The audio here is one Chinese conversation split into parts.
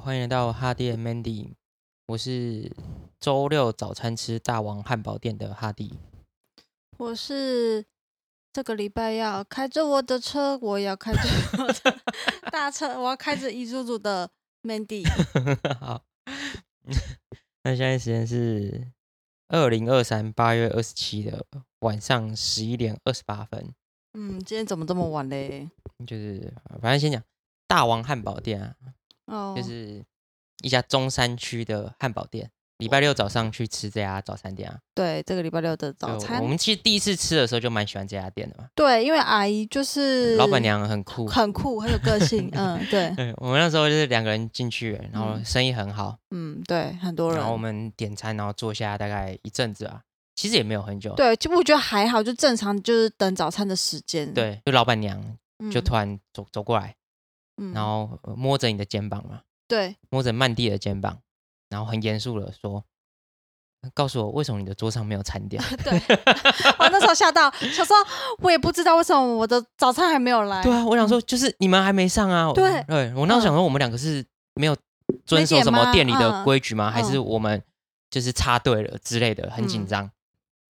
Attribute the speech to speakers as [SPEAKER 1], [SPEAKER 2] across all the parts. [SPEAKER 1] 欢迎来到哈迪 and Mandy，我是周六早餐吃大王汉堡店的哈迪。
[SPEAKER 2] 我是这个礼拜要开着我的车，我 要开着我的 大车，我要开着一组组的 Mandy。
[SPEAKER 1] 好， 那现在时间是二零二三八月二十七的晚上十一点二十八分，
[SPEAKER 2] 嗯，今天怎么这么晚嘞？
[SPEAKER 1] 就是反正先讲大王汉堡店啊，
[SPEAKER 2] 哦，
[SPEAKER 1] 就是一家中山区的汉堡店。礼拜六早上去吃这家早餐店啊，
[SPEAKER 2] 对，这个礼拜六的早
[SPEAKER 1] 就
[SPEAKER 2] 餐
[SPEAKER 1] 我，们其实第一次吃的时候就蛮喜欢这家店的嘛，
[SPEAKER 2] 对，因为阿姨就
[SPEAKER 1] 嗯
[SPEAKER 2] 是
[SPEAKER 1] 老板娘很酷，
[SPEAKER 2] 很酷，很有个 性，嗯，对，
[SPEAKER 1] 对，我们那时候就是两个人进去，然后
[SPEAKER 2] 嗯
[SPEAKER 1] 生意很好，
[SPEAKER 2] 嗯，对，很多
[SPEAKER 1] 然后我
[SPEAKER 2] 人，
[SPEAKER 1] 们点餐，然后坐下大概一阵子啊，其实也没有很久。
[SPEAKER 2] 对，就我觉得还好，就正常，就是等早餐的时间，
[SPEAKER 1] 对，就老板娘
[SPEAKER 2] 嗯，
[SPEAKER 1] 就突然走、走过来，
[SPEAKER 2] 嗯，
[SPEAKER 1] 然后呃摸着你的肩膀嘛，
[SPEAKER 2] 对，
[SPEAKER 1] 摸着曼蒂的肩膀，然后很严肃的说：“告诉我为什么你的桌上没有餐 点
[SPEAKER 2] 对，我那时候吓到，想说我也不知道为什么我的早餐还没有？”来，
[SPEAKER 1] 对啊，我想说就是你们还没上啊。我
[SPEAKER 2] 哎嗯对
[SPEAKER 1] 对我那时候想说我们两个是没有遵守
[SPEAKER 2] 点
[SPEAKER 1] 什么
[SPEAKER 2] 吗
[SPEAKER 1] 店里的
[SPEAKER 2] 嗯
[SPEAKER 1] 规矩吗？还是
[SPEAKER 2] 嗯
[SPEAKER 1] 我们就是插队了之类的，很紧
[SPEAKER 2] 嗯
[SPEAKER 1] 张。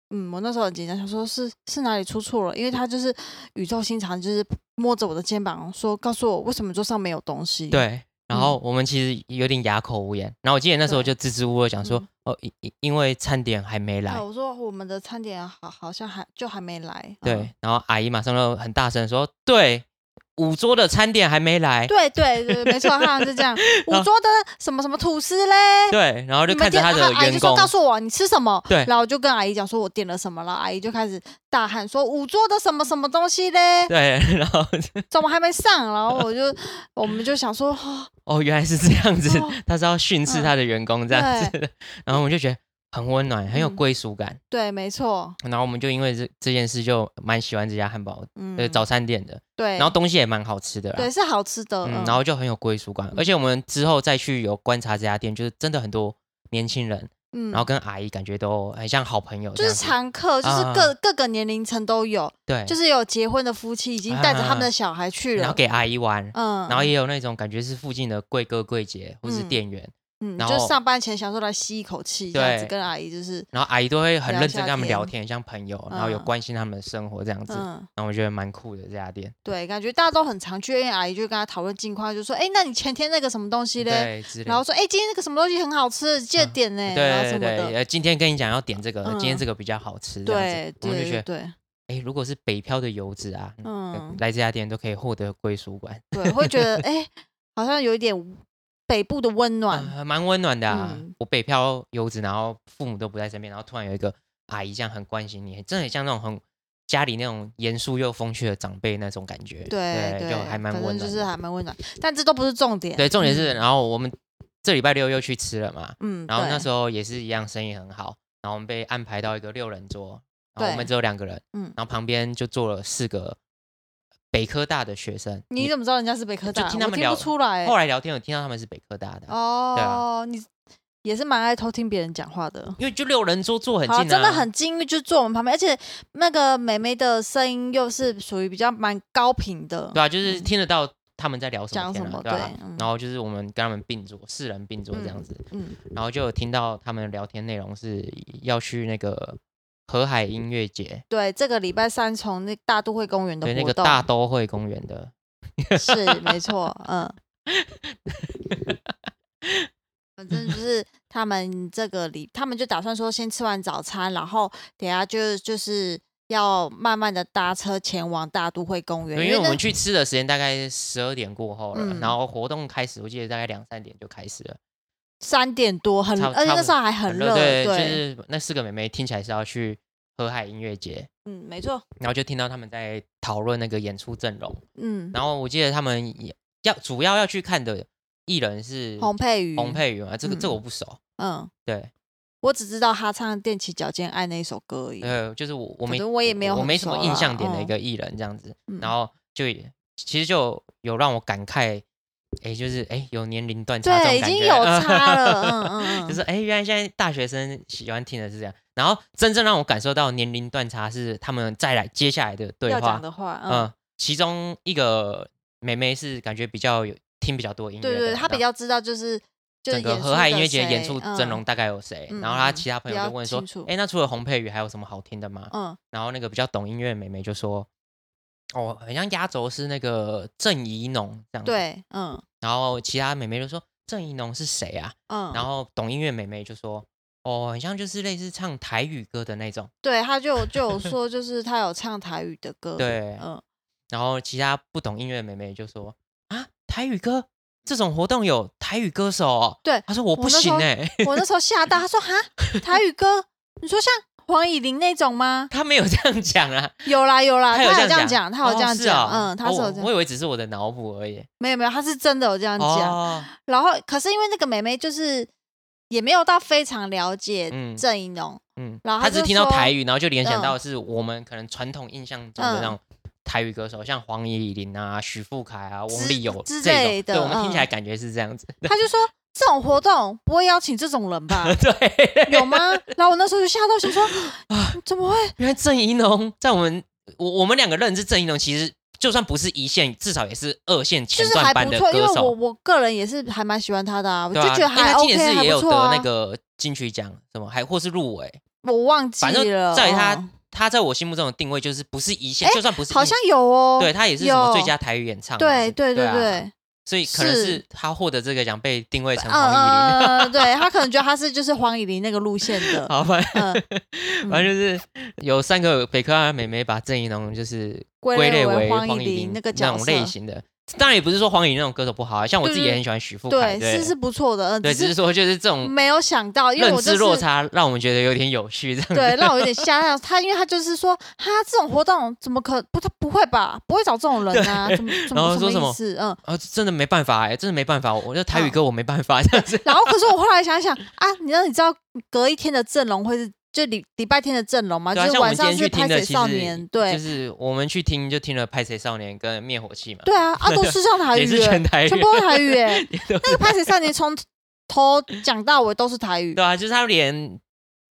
[SPEAKER 2] 嗯，我那时候很紧张，想说是是哪里出错了，因为他就是语重心长，就是摸着我的肩膀说，告诉我为什么桌上没有东西。，
[SPEAKER 1] 对，然后
[SPEAKER 2] 嗯
[SPEAKER 1] 我们其实有点哑口无言。然后我记得那时候就
[SPEAKER 2] 对
[SPEAKER 1] 支支吾吾地讲说
[SPEAKER 2] 嗯，
[SPEAKER 1] 哦，因因因为餐点还没来
[SPEAKER 2] 啊，，我说我们的餐点好好像还就还没来。嗯
[SPEAKER 1] 对，然后阿姨马上就很大声地说，对，五桌的餐点还没来，
[SPEAKER 2] 对对对，没错，他好像是 这样。
[SPEAKER 1] 然后
[SPEAKER 2] 五桌的什么什么吐司嘞，
[SPEAKER 1] 对，然后就
[SPEAKER 2] 你们
[SPEAKER 1] 看着
[SPEAKER 2] 点
[SPEAKER 1] 他的
[SPEAKER 2] 啊阿姨
[SPEAKER 1] 员
[SPEAKER 2] 就说
[SPEAKER 1] 工，
[SPEAKER 2] 告诉我你吃什么。
[SPEAKER 1] 对
[SPEAKER 2] 然后我就跟阿姨讲说我点了什么了，阿姨就开始大喊说五桌的什么什么东西嘞，
[SPEAKER 1] 对，然后
[SPEAKER 2] 怎么还没上？然后我就我们就想说，哦
[SPEAKER 1] 哦，原来是这样子
[SPEAKER 2] 哦，
[SPEAKER 1] 他是要训斥
[SPEAKER 2] 嗯
[SPEAKER 1] 他的员工这样子的，然后我们就觉得很温暖，很有
[SPEAKER 2] 嗯
[SPEAKER 1] 归属感。
[SPEAKER 2] 对，没错，
[SPEAKER 1] 然后我们就因为这这件事就蛮喜欢这家汉堡
[SPEAKER 2] 嗯，
[SPEAKER 1] 呃早餐店的，
[SPEAKER 2] 对，
[SPEAKER 1] 然后东西也蛮好吃的啦。
[SPEAKER 2] 对是好吃的，
[SPEAKER 1] 嗯
[SPEAKER 2] 嗯，，
[SPEAKER 1] 然后就很有归属感。而且我们之后再去有观察这家店，就是真的很多年轻人，
[SPEAKER 2] 嗯，
[SPEAKER 1] 然后跟阿姨感觉都很像好朋友这
[SPEAKER 2] 就
[SPEAKER 1] 样
[SPEAKER 2] 是
[SPEAKER 1] 子，
[SPEAKER 2] 常客，就是
[SPEAKER 1] 啊
[SPEAKER 2] 各、各个年龄层都有，
[SPEAKER 1] 对，啊
[SPEAKER 2] 就是是有结婚的夫妻已经带着他们的小孩去
[SPEAKER 1] 然
[SPEAKER 2] 了
[SPEAKER 1] 后，给阿姨玩，
[SPEAKER 2] 嗯，
[SPEAKER 1] 然后也有那种感觉是附近的贵哥贵姐或是
[SPEAKER 2] 嗯
[SPEAKER 1] 店员，
[SPEAKER 2] 嗯，
[SPEAKER 1] 然
[SPEAKER 2] 就
[SPEAKER 1] 后
[SPEAKER 2] 上班前想说来吸一口气，这样子
[SPEAKER 1] 对
[SPEAKER 2] 跟阿姨就是，
[SPEAKER 1] 然后阿姨都会很
[SPEAKER 2] 聊
[SPEAKER 1] 认
[SPEAKER 2] 一
[SPEAKER 1] 真
[SPEAKER 2] 下
[SPEAKER 1] 跟他们聊
[SPEAKER 2] 天
[SPEAKER 1] 天，像朋友，然后有
[SPEAKER 2] 嗯
[SPEAKER 1] 关心他们的生活这样子，
[SPEAKER 2] 嗯，
[SPEAKER 1] 然后我觉得蛮酷的这家店，
[SPEAKER 2] 对，感觉大家都很常去，因为阿姨就跟他讨论近况，就说，哎，那你前天那个什么东西嘞？
[SPEAKER 1] 对，之类
[SPEAKER 2] 然后
[SPEAKER 1] 的。
[SPEAKER 2] 说，哎，今天那个什么东西很好吃，记得
[SPEAKER 1] 嗯
[SPEAKER 2] 点呢，然后
[SPEAKER 1] 对
[SPEAKER 2] 什
[SPEAKER 1] 对
[SPEAKER 2] 么
[SPEAKER 1] 对，
[SPEAKER 2] 的，
[SPEAKER 1] 呃，今天跟你讲要点这个，今天
[SPEAKER 2] 嗯
[SPEAKER 1] 这个比较好吃，这样
[SPEAKER 2] 对
[SPEAKER 1] 子，我们就觉
[SPEAKER 2] 对
[SPEAKER 1] 得，
[SPEAKER 2] 对，
[SPEAKER 1] 哎，如果是北漂的游子啊，
[SPEAKER 2] 嗯，
[SPEAKER 1] 来这家店都可以获得归属感，
[SPEAKER 2] 对，会觉得，哎，好像有一点北部的温暖，
[SPEAKER 1] 呃蛮温暖的啊。
[SPEAKER 2] 嗯
[SPEAKER 1] 我北漂游子，然后父母都不在身边，然后突然有一个阿姨这样很关心你，真的很像那种很家里那种严肃又风趣的长辈那种感觉。
[SPEAKER 2] 对对，
[SPEAKER 1] 就还蛮
[SPEAKER 2] 反
[SPEAKER 1] 温
[SPEAKER 2] 正就
[SPEAKER 1] 暖
[SPEAKER 2] 是
[SPEAKER 1] 的。
[SPEAKER 2] 还蛮温暖，但这都不是重点，
[SPEAKER 1] 对，重点是，
[SPEAKER 2] 嗯。
[SPEAKER 1] 然后我们这礼拜六又去吃了嘛，
[SPEAKER 2] 嗯，
[SPEAKER 1] 然后那
[SPEAKER 2] 对
[SPEAKER 1] 时候也是一样，生意很好，然后我们被安排到一个六人桌，然后
[SPEAKER 2] 对
[SPEAKER 1] 我们只有两个人，
[SPEAKER 2] 嗯
[SPEAKER 1] 然后旁边就坐了四个北科大的学生。
[SPEAKER 2] 你怎么知道人家是北科
[SPEAKER 1] 就
[SPEAKER 2] 大？
[SPEAKER 1] 听他
[SPEAKER 2] 我
[SPEAKER 1] 们
[SPEAKER 2] 听
[SPEAKER 1] 聊
[SPEAKER 2] 不出来欸、
[SPEAKER 1] 后来聊天有听到他们是北科大的啊，
[SPEAKER 2] 哦，你也是蛮爱偷听别人讲话的。
[SPEAKER 1] 因为就六人桌坐很
[SPEAKER 2] 好
[SPEAKER 1] 近
[SPEAKER 2] 啊，
[SPEAKER 1] 啊，
[SPEAKER 2] 真的很近，因为就坐我们旁边，而且那个美眉的声音又是属于比较蛮高频的。
[SPEAKER 1] 对啊，就是
[SPEAKER 2] 嗯
[SPEAKER 1] 听得到他们在聊什么
[SPEAKER 2] 讲
[SPEAKER 1] 天
[SPEAKER 2] 什
[SPEAKER 1] 啊，
[SPEAKER 2] 么
[SPEAKER 1] 对啊
[SPEAKER 2] 对嗯
[SPEAKER 1] 然后就是我们跟他们并坐，四人并坐这样子，
[SPEAKER 2] 嗯，
[SPEAKER 1] 然后就有听到他们聊天内容是要去那个河海音乐节，
[SPEAKER 2] 对，这个礼拜三从那大都会公园的
[SPEAKER 1] 对，那
[SPEAKER 2] 活
[SPEAKER 1] 个
[SPEAKER 2] 动，
[SPEAKER 1] 大都会公园的，
[SPEAKER 2] 是没错，嗯。反正就是他们这个礼，他们就打算说先吃完早餐，然后等一下就就是要慢慢的搭车前往大都会公园，
[SPEAKER 1] 对因为我
[SPEAKER 2] 那
[SPEAKER 1] 们去吃的时间大概十二点过后了，
[SPEAKER 2] 嗯
[SPEAKER 1] 然后活动开始，我记得大概两三点就开始了，
[SPEAKER 2] 三点多很，
[SPEAKER 1] 差不
[SPEAKER 2] 而且
[SPEAKER 1] 差不
[SPEAKER 2] 那时候还很热，
[SPEAKER 1] 对，
[SPEAKER 2] 对，
[SPEAKER 1] 就是那四个妹妹听起来是要去河海音乐节，
[SPEAKER 2] 嗯，没错，
[SPEAKER 1] 然后就听到他们在讨论那个演出阵容，
[SPEAKER 2] 嗯，
[SPEAKER 1] 然后我记得他们也要主要要去看的艺人是
[SPEAKER 2] 洪佩瑜，
[SPEAKER 1] 洪，佩瑜嘛，这个这个
[SPEAKER 2] 嗯
[SPEAKER 1] 我不熟。
[SPEAKER 2] 嗯，
[SPEAKER 1] 对，
[SPEAKER 2] 我只知道他唱《踮起脚尖爱》那一首歌而已，
[SPEAKER 1] 呃，就是我我没
[SPEAKER 2] 反正我也没有
[SPEAKER 1] 我
[SPEAKER 2] 很
[SPEAKER 1] 没什么
[SPEAKER 2] 熟
[SPEAKER 1] 印
[SPEAKER 2] 啦
[SPEAKER 1] 象点的一
[SPEAKER 2] 嗯
[SPEAKER 1] 个艺人这样子，
[SPEAKER 2] 嗯
[SPEAKER 1] 然后就其实就有让我感慨，哎，就是哎有年龄段差这
[SPEAKER 2] 对，
[SPEAKER 1] 种
[SPEAKER 2] 已
[SPEAKER 1] 感
[SPEAKER 2] 经
[SPEAKER 1] 觉呃
[SPEAKER 2] 有差了，嗯嗯，嗯
[SPEAKER 1] 就是哎原来现在大学生喜欢听的是这样，然后真正让我感受到年龄段差是他们再来接下来的对
[SPEAKER 2] 要嗯
[SPEAKER 1] 话嗯
[SPEAKER 2] 讲，的话，
[SPEAKER 1] 嗯，其中一个妹妹是感觉比较有。听比较多音乐的，
[SPEAKER 2] 对对，他比
[SPEAKER 1] 然后
[SPEAKER 2] 较知道就是就
[SPEAKER 1] 整
[SPEAKER 2] 是
[SPEAKER 1] 个
[SPEAKER 2] 演
[SPEAKER 1] 和
[SPEAKER 2] 出
[SPEAKER 1] 海
[SPEAKER 2] 的
[SPEAKER 1] 音乐节
[SPEAKER 2] 谁
[SPEAKER 1] 演出阵容
[SPEAKER 2] 嗯
[SPEAKER 1] 大概有谁，
[SPEAKER 2] 嗯
[SPEAKER 1] 然后他
[SPEAKER 2] 嗯
[SPEAKER 1] 其他朋友
[SPEAKER 2] 比
[SPEAKER 1] 就
[SPEAKER 2] 较
[SPEAKER 1] 问说
[SPEAKER 2] 清楚，
[SPEAKER 1] 哎，那除了洪佩瑜还有什么好听的吗？
[SPEAKER 2] 嗯
[SPEAKER 1] 然后那个比较懂音乐的妹妹就说，哦，很像压轴是那个郑怡农这样，，
[SPEAKER 2] 对，嗯
[SPEAKER 1] 然后其他妹妹就说郑怡农是谁啊？
[SPEAKER 2] 嗯，
[SPEAKER 1] 然后懂音乐妹妹就说，哦，很像就是类似唱台语歌的那种。
[SPEAKER 2] 对，他就有就有说，就是他有唱台语的歌，
[SPEAKER 1] 对
[SPEAKER 2] 嗯，
[SPEAKER 1] 然后其他不懂音乐的妹妹就说：“啊，台语歌这种活动有台语歌手、哦？”
[SPEAKER 2] 对
[SPEAKER 1] 她说：“我不
[SPEAKER 2] 那时
[SPEAKER 1] 行
[SPEAKER 2] 候
[SPEAKER 1] 哎、
[SPEAKER 2] 我那时候吓到，他说哈，台语歌，你说像黄以玲那种吗？
[SPEAKER 1] 她没有这样讲啊，
[SPEAKER 2] 有啦有啦，
[SPEAKER 1] 她
[SPEAKER 2] 他
[SPEAKER 1] 有
[SPEAKER 2] 这
[SPEAKER 1] 样
[SPEAKER 2] 样讲，他有这样
[SPEAKER 1] 哦是
[SPEAKER 2] 讲，
[SPEAKER 1] 哦
[SPEAKER 2] 嗯，他是有
[SPEAKER 1] 哦
[SPEAKER 2] 这
[SPEAKER 1] 我
[SPEAKER 2] 样，
[SPEAKER 1] 以为只是我的脑补而已。
[SPEAKER 2] 没有没有，他是真的有这样讲。
[SPEAKER 1] 哦，
[SPEAKER 2] 然后可是因为那个妹妹就是也没有到非常了解
[SPEAKER 1] 嗯
[SPEAKER 2] 郑怡农，
[SPEAKER 1] 嗯，
[SPEAKER 2] 然后
[SPEAKER 1] 她
[SPEAKER 2] 她
[SPEAKER 1] 只
[SPEAKER 2] 就
[SPEAKER 1] 听到
[SPEAKER 2] 说
[SPEAKER 1] 台语，然后就联想
[SPEAKER 2] 嗯
[SPEAKER 1] 到是我们可能传统印象中的那种。”台语歌手像黄怡玲啊、许富凯啊、翁
[SPEAKER 2] 之
[SPEAKER 1] 立友
[SPEAKER 2] 之
[SPEAKER 1] 这种
[SPEAKER 2] 类的
[SPEAKER 1] 对我们听起来
[SPEAKER 2] 嗯
[SPEAKER 1] 感觉是这样子。？
[SPEAKER 2] 他就说这种活动不会邀请这种人吧
[SPEAKER 1] 对，啊
[SPEAKER 2] 有吗？然后我那时候就吓到， 想说啊怎么会？
[SPEAKER 1] 原来郑怡农在我们我我们两个认知，郑怡农其实就算不是一线，至少也是二线
[SPEAKER 2] 就
[SPEAKER 1] 前
[SPEAKER 2] 是
[SPEAKER 1] 段
[SPEAKER 2] 还
[SPEAKER 1] 班
[SPEAKER 2] 不
[SPEAKER 1] 的
[SPEAKER 2] 错，因
[SPEAKER 1] 歌
[SPEAKER 2] 为我
[SPEAKER 1] 手，
[SPEAKER 2] 我个人也是还蛮喜欢他的啊，我就
[SPEAKER 1] 对吧、
[SPEAKER 2] 觉得
[SPEAKER 1] 因为
[SPEAKER 2] 还
[SPEAKER 1] 他今年
[SPEAKER 2] OK，
[SPEAKER 1] 是
[SPEAKER 2] 还
[SPEAKER 1] 也
[SPEAKER 2] 不
[SPEAKER 1] 有
[SPEAKER 2] 错
[SPEAKER 1] 得
[SPEAKER 2] 啊。
[SPEAKER 1] 那个金曲奖什么，还或是入围，
[SPEAKER 2] 我忘记
[SPEAKER 1] 反正
[SPEAKER 2] 了，
[SPEAKER 1] 在他、
[SPEAKER 2] 嗯
[SPEAKER 1] 他在我心目中的定位就是不是一线，
[SPEAKER 2] 哎
[SPEAKER 1] 就算不是
[SPEAKER 2] 好
[SPEAKER 1] 一
[SPEAKER 2] 像有哦，
[SPEAKER 1] 对他也是什么
[SPEAKER 2] 有
[SPEAKER 1] 最佳台语演唱嘛，
[SPEAKER 2] 对对
[SPEAKER 1] 对
[SPEAKER 2] 对
[SPEAKER 1] 啊
[SPEAKER 2] 对，
[SPEAKER 1] 所以可能
[SPEAKER 2] 是
[SPEAKER 1] 是他获得这个奖被定位成
[SPEAKER 2] 嗯
[SPEAKER 1] 黄义玲。
[SPEAKER 2] 嗯嗯，对他可能觉得他是就是黄以玲那个路线 的，
[SPEAKER 1] 好，反正、
[SPEAKER 2] 嗯，
[SPEAKER 1] 反正就是有三个北科大的妹妹把郑怡农就是归
[SPEAKER 2] 归
[SPEAKER 1] 类为
[SPEAKER 2] 黄
[SPEAKER 1] 以
[SPEAKER 2] 以玲那个
[SPEAKER 1] 那
[SPEAKER 2] 角
[SPEAKER 1] 种
[SPEAKER 2] 色，
[SPEAKER 1] 类型的。当然也不是说黄以玲那种歌手不好啊，像我自己
[SPEAKER 2] 对
[SPEAKER 1] 也
[SPEAKER 2] 对
[SPEAKER 1] 很喜欢许富凯，
[SPEAKER 2] 对，
[SPEAKER 1] 对
[SPEAKER 2] 是是不错的，嗯，
[SPEAKER 1] 对，只是
[SPEAKER 2] 是
[SPEAKER 1] 说就是这种
[SPEAKER 2] 没有想到，因为
[SPEAKER 1] 认
[SPEAKER 2] 我
[SPEAKER 1] 知
[SPEAKER 2] 就是
[SPEAKER 1] 落差让我们觉得有点有趣，这 样
[SPEAKER 2] 对，让我有点吓到他，因为他就是说，哈，这种活动怎么可不？他不会吧？不会找这种人啊？ 怎么怎
[SPEAKER 1] 然后
[SPEAKER 2] 么
[SPEAKER 1] 说什
[SPEAKER 2] 么
[SPEAKER 1] 么
[SPEAKER 2] 意思？嗯，
[SPEAKER 1] 啊，真的没办法哎、真的没办法，我这台语歌我没办法这样子。
[SPEAKER 2] 然后可是我后来想一想啊，你知道你知道隔一天的阵容会是就礼礼拜天的阵容吗？
[SPEAKER 1] 对啊，
[SPEAKER 2] 就是
[SPEAKER 1] 像我
[SPEAKER 2] 晚
[SPEAKER 1] 们今
[SPEAKER 2] 上
[SPEAKER 1] 天
[SPEAKER 2] 是
[SPEAKER 1] 去听
[SPEAKER 2] 拍
[SPEAKER 1] 的，
[SPEAKER 2] 水
[SPEAKER 1] 其
[SPEAKER 2] 少
[SPEAKER 1] 实
[SPEAKER 2] 年，对、
[SPEAKER 1] 就是我们去听就听了《拍谁少年》跟《灭火器》嘛，
[SPEAKER 2] 对啊，啊都是上台
[SPEAKER 1] 也
[SPEAKER 2] 语
[SPEAKER 1] 是全
[SPEAKER 2] 耶，
[SPEAKER 1] 台语
[SPEAKER 2] 全，部
[SPEAKER 1] 。
[SPEAKER 2] 都是台语耶
[SPEAKER 1] 也都
[SPEAKER 2] 那个拍水少年从头讲到尾都是台语，
[SPEAKER 1] 对啊，就是他连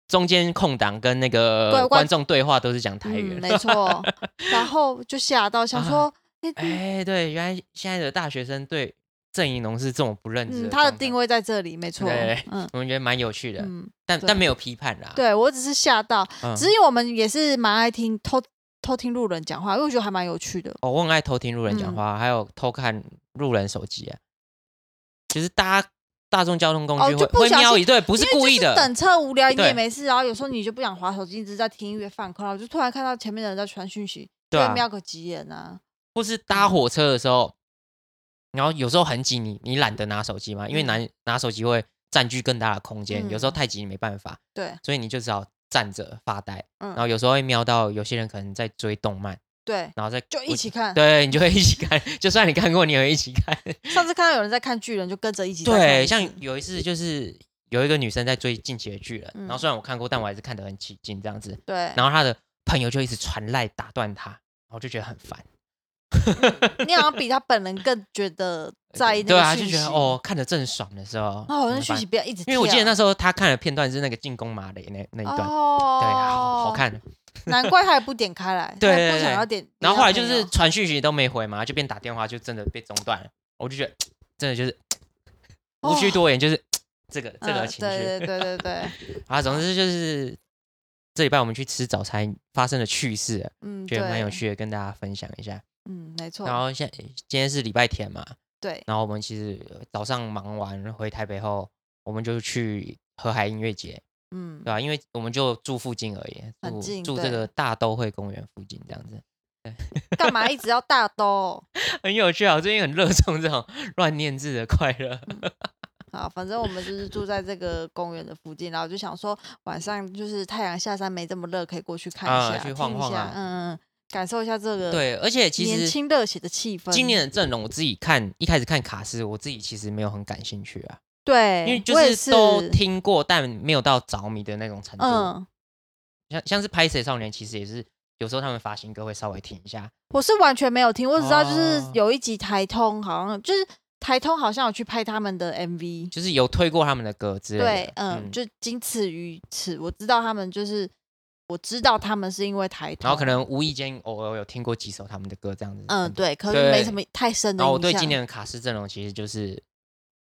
[SPEAKER 1] 中间空档跟那个
[SPEAKER 2] 对
[SPEAKER 1] 观众对话都是讲台语 啊
[SPEAKER 2] 嗯，
[SPEAKER 1] 的。
[SPEAKER 2] 没错。然后就吓到，想说，诶
[SPEAKER 1] 哎，对，原来现在的大学生对郑怡农是这么不认知
[SPEAKER 2] 嗯，
[SPEAKER 1] 的
[SPEAKER 2] 他的
[SPEAKER 1] 状态
[SPEAKER 2] 定，位在这里，没错，
[SPEAKER 1] 对啊
[SPEAKER 2] 嗯
[SPEAKER 1] 我们觉得蛮有趣的，
[SPEAKER 2] 嗯，
[SPEAKER 1] 但
[SPEAKER 2] 对
[SPEAKER 1] 但没有批判啦。
[SPEAKER 2] 对我只是吓到，
[SPEAKER 1] 嗯，
[SPEAKER 2] 只是因为我们也是蛮爱听偷偷听路人讲话，因为我觉得还蛮有趣的。
[SPEAKER 1] 哦，我很爱偷听路人讲
[SPEAKER 2] 嗯
[SPEAKER 1] 话，还有偷看路人手机啊。就是搭大众交通工
[SPEAKER 2] 哦
[SPEAKER 1] 具会、
[SPEAKER 2] 就不
[SPEAKER 1] 会
[SPEAKER 2] 小
[SPEAKER 1] 瞄
[SPEAKER 2] 心
[SPEAKER 1] 一对，不
[SPEAKER 2] 因
[SPEAKER 1] 是
[SPEAKER 2] 为
[SPEAKER 1] 故
[SPEAKER 2] 就
[SPEAKER 1] 意的。
[SPEAKER 2] 等车无聊，你
[SPEAKER 1] 对
[SPEAKER 2] 也没事，然后有时候你就不想划手机，一直在听音乐放空，然后就突然看到前面的人在传讯息，
[SPEAKER 1] 对
[SPEAKER 2] 就
[SPEAKER 1] 啊
[SPEAKER 2] 会瞄个几眼啊。
[SPEAKER 1] 或是搭火车的时候，然后有时候很挤，你你懒得拿手机嘛，因为
[SPEAKER 2] 嗯
[SPEAKER 1] 拿拿手机会占据更大的空间，有时候
[SPEAKER 2] 嗯
[SPEAKER 1] 太挤你没办法，
[SPEAKER 2] 对
[SPEAKER 1] 所以你就只好站着发呆。
[SPEAKER 2] 嗯
[SPEAKER 1] 然后有时候会瞄到有些人可能在追动漫，
[SPEAKER 2] 对，
[SPEAKER 1] 然后再
[SPEAKER 2] 就一。起看。
[SPEAKER 1] 对，你就会一起看，就算你看过，你也会一起看。
[SPEAKER 2] 上次看到有人在看巨人，就跟着一起再看
[SPEAKER 1] 对，
[SPEAKER 2] 一次。
[SPEAKER 1] 像有一次就是有一个女生在追《进击的巨人》，然后
[SPEAKER 2] 嗯
[SPEAKER 1] 虽然我看过，但我还是看得很起劲这样子。
[SPEAKER 2] 对，
[SPEAKER 1] 然后她的朋友就一直传赖打断她，然后就觉得很烦。
[SPEAKER 2] 你好像比他本人更觉 得在意那
[SPEAKER 1] 对啊，
[SPEAKER 2] 个
[SPEAKER 1] 就
[SPEAKER 2] 讯息。
[SPEAKER 1] 觉得哦，看得正爽的时候，
[SPEAKER 2] 哦，那
[SPEAKER 1] 很
[SPEAKER 2] 讯
[SPEAKER 1] 烦
[SPEAKER 2] 息不要一直
[SPEAKER 1] 因
[SPEAKER 2] 跳，
[SPEAKER 1] 为我记得那时候她看的片段是那个进攻马雷那那一段，
[SPEAKER 2] 哦，
[SPEAKER 1] 对，啊好好，看。
[SPEAKER 2] 难怪他也不点开 来，
[SPEAKER 1] 对
[SPEAKER 2] 他也
[SPEAKER 1] 对
[SPEAKER 2] 不
[SPEAKER 1] 对
[SPEAKER 2] 想要点。
[SPEAKER 1] 然后后来就
[SPEAKER 2] 点
[SPEAKER 1] 是
[SPEAKER 2] 到
[SPEAKER 1] 传讯息都没回嘛，就变打电话，就真的被中断了。我就觉得真的就是无需
[SPEAKER 2] 哦
[SPEAKER 1] 多言，就是这个
[SPEAKER 2] 朋
[SPEAKER 1] 这
[SPEAKER 2] 友
[SPEAKER 1] 个
[SPEAKER 2] 嗯
[SPEAKER 1] 情绪。
[SPEAKER 2] 对对对对对，
[SPEAKER 1] 啊，总之就是这礼拜我们去吃早餐发生的趣事，
[SPEAKER 2] 嗯，
[SPEAKER 1] 觉得蛮有
[SPEAKER 2] 对，
[SPEAKER 1] 趣的，跟大家分享一下。
[SPEAKER 2] 嗯，没错，
[SPEAKER 1] 然后现今天是礼拜天嘛，
[SPEAKER 2] 对，
[SPEAKER 1] 然后我们其实早上忙完回台北后，我们就去河海音乐节，
[SPEAKER 2] 嗯
[SPEAKER 1] 对，啊吧、因为我们就住附近而已，
[SPEAKER 2] 很
[SPEAKER 1] 住
[SPEAKER 2] 近
[SPEAKER 1] 住这
[SPEAKER 2] 对
[SPEAKER 1] 个大都会公园附近这样子，
[SPEAKER 2] 干嘛一直要大兜？
[SPEAKER 1] 很有趣啊！我最近很热衷这种 乱念字的快乐。
[SPEAKER 2] 啊，反正我们就是住在这个公园的附近，然后就想说晚上就是太阳下山没这么热，可以过去看一
[SPEAKER 1] 啊
[SPEAKER 2] 下，
[SPEAKER 1] 去晃
[SPEAKER 2] 听一
[SPEAKER 1] 晃
[SPEAKER 2] 下
[SPEAKER 1] 啊
[SPEAKER 2] 嗯，嗯感受一下这个
[SPEAKER 1] 对，而且其
[SPEAKER 2] 呃年
[SPEAKER 1] 实
[SPEAKER 2] 轻热血的气氛。
[SPEAKER 1] 今年的阵容，我自己看一开始看卡斯，我自己其实没有很感兴趣啊。
[SPEAKER 2] 对，
[SPEAKER 1] 因为就
[SPEAKER 2] 我也
[SPEAKER 1] 是
[SPEAKER 2] 是
[SPEAKER 1] 都听过，但没有到着迷的那种程度。
[SPEAKER 2] 嗯，
[SPEAKER 1] 像像是《拍谁少年》，其实也是有时候他们发行歌会稍微听一下。
[SPEAKER 2] 我是完全没有听，我只知道就是
[SPEAKER 1] 哦有
[SPEAKER 2] 有一集台通好像就是台通好像有去拍他们的 MV，
[SPEAKER 1] 就是
[SPEAKER 2] 嗯
[SPEAKER 1] 有推过他们的歌之类的。嗯
[SPEAKER 2] 对，嗯，就仅此于此，我知道他们就是。我知道他们是因为台通，
[SPEAKER 1] 然后可能无意间偶尔有听过几首他们的歌这样子。
[SPEAKER 2] 嗯对，可是
[SPEAKER 1] 对
[SPEAKER 2] 没什么太深的
[SPEAKER 1] 然后我
[SPEAKER 2] 印
[SPEAKER 1] 对今
[SPEAKER 2] 象。
[SPEAKER 1] 年的卡斯阵容其实就是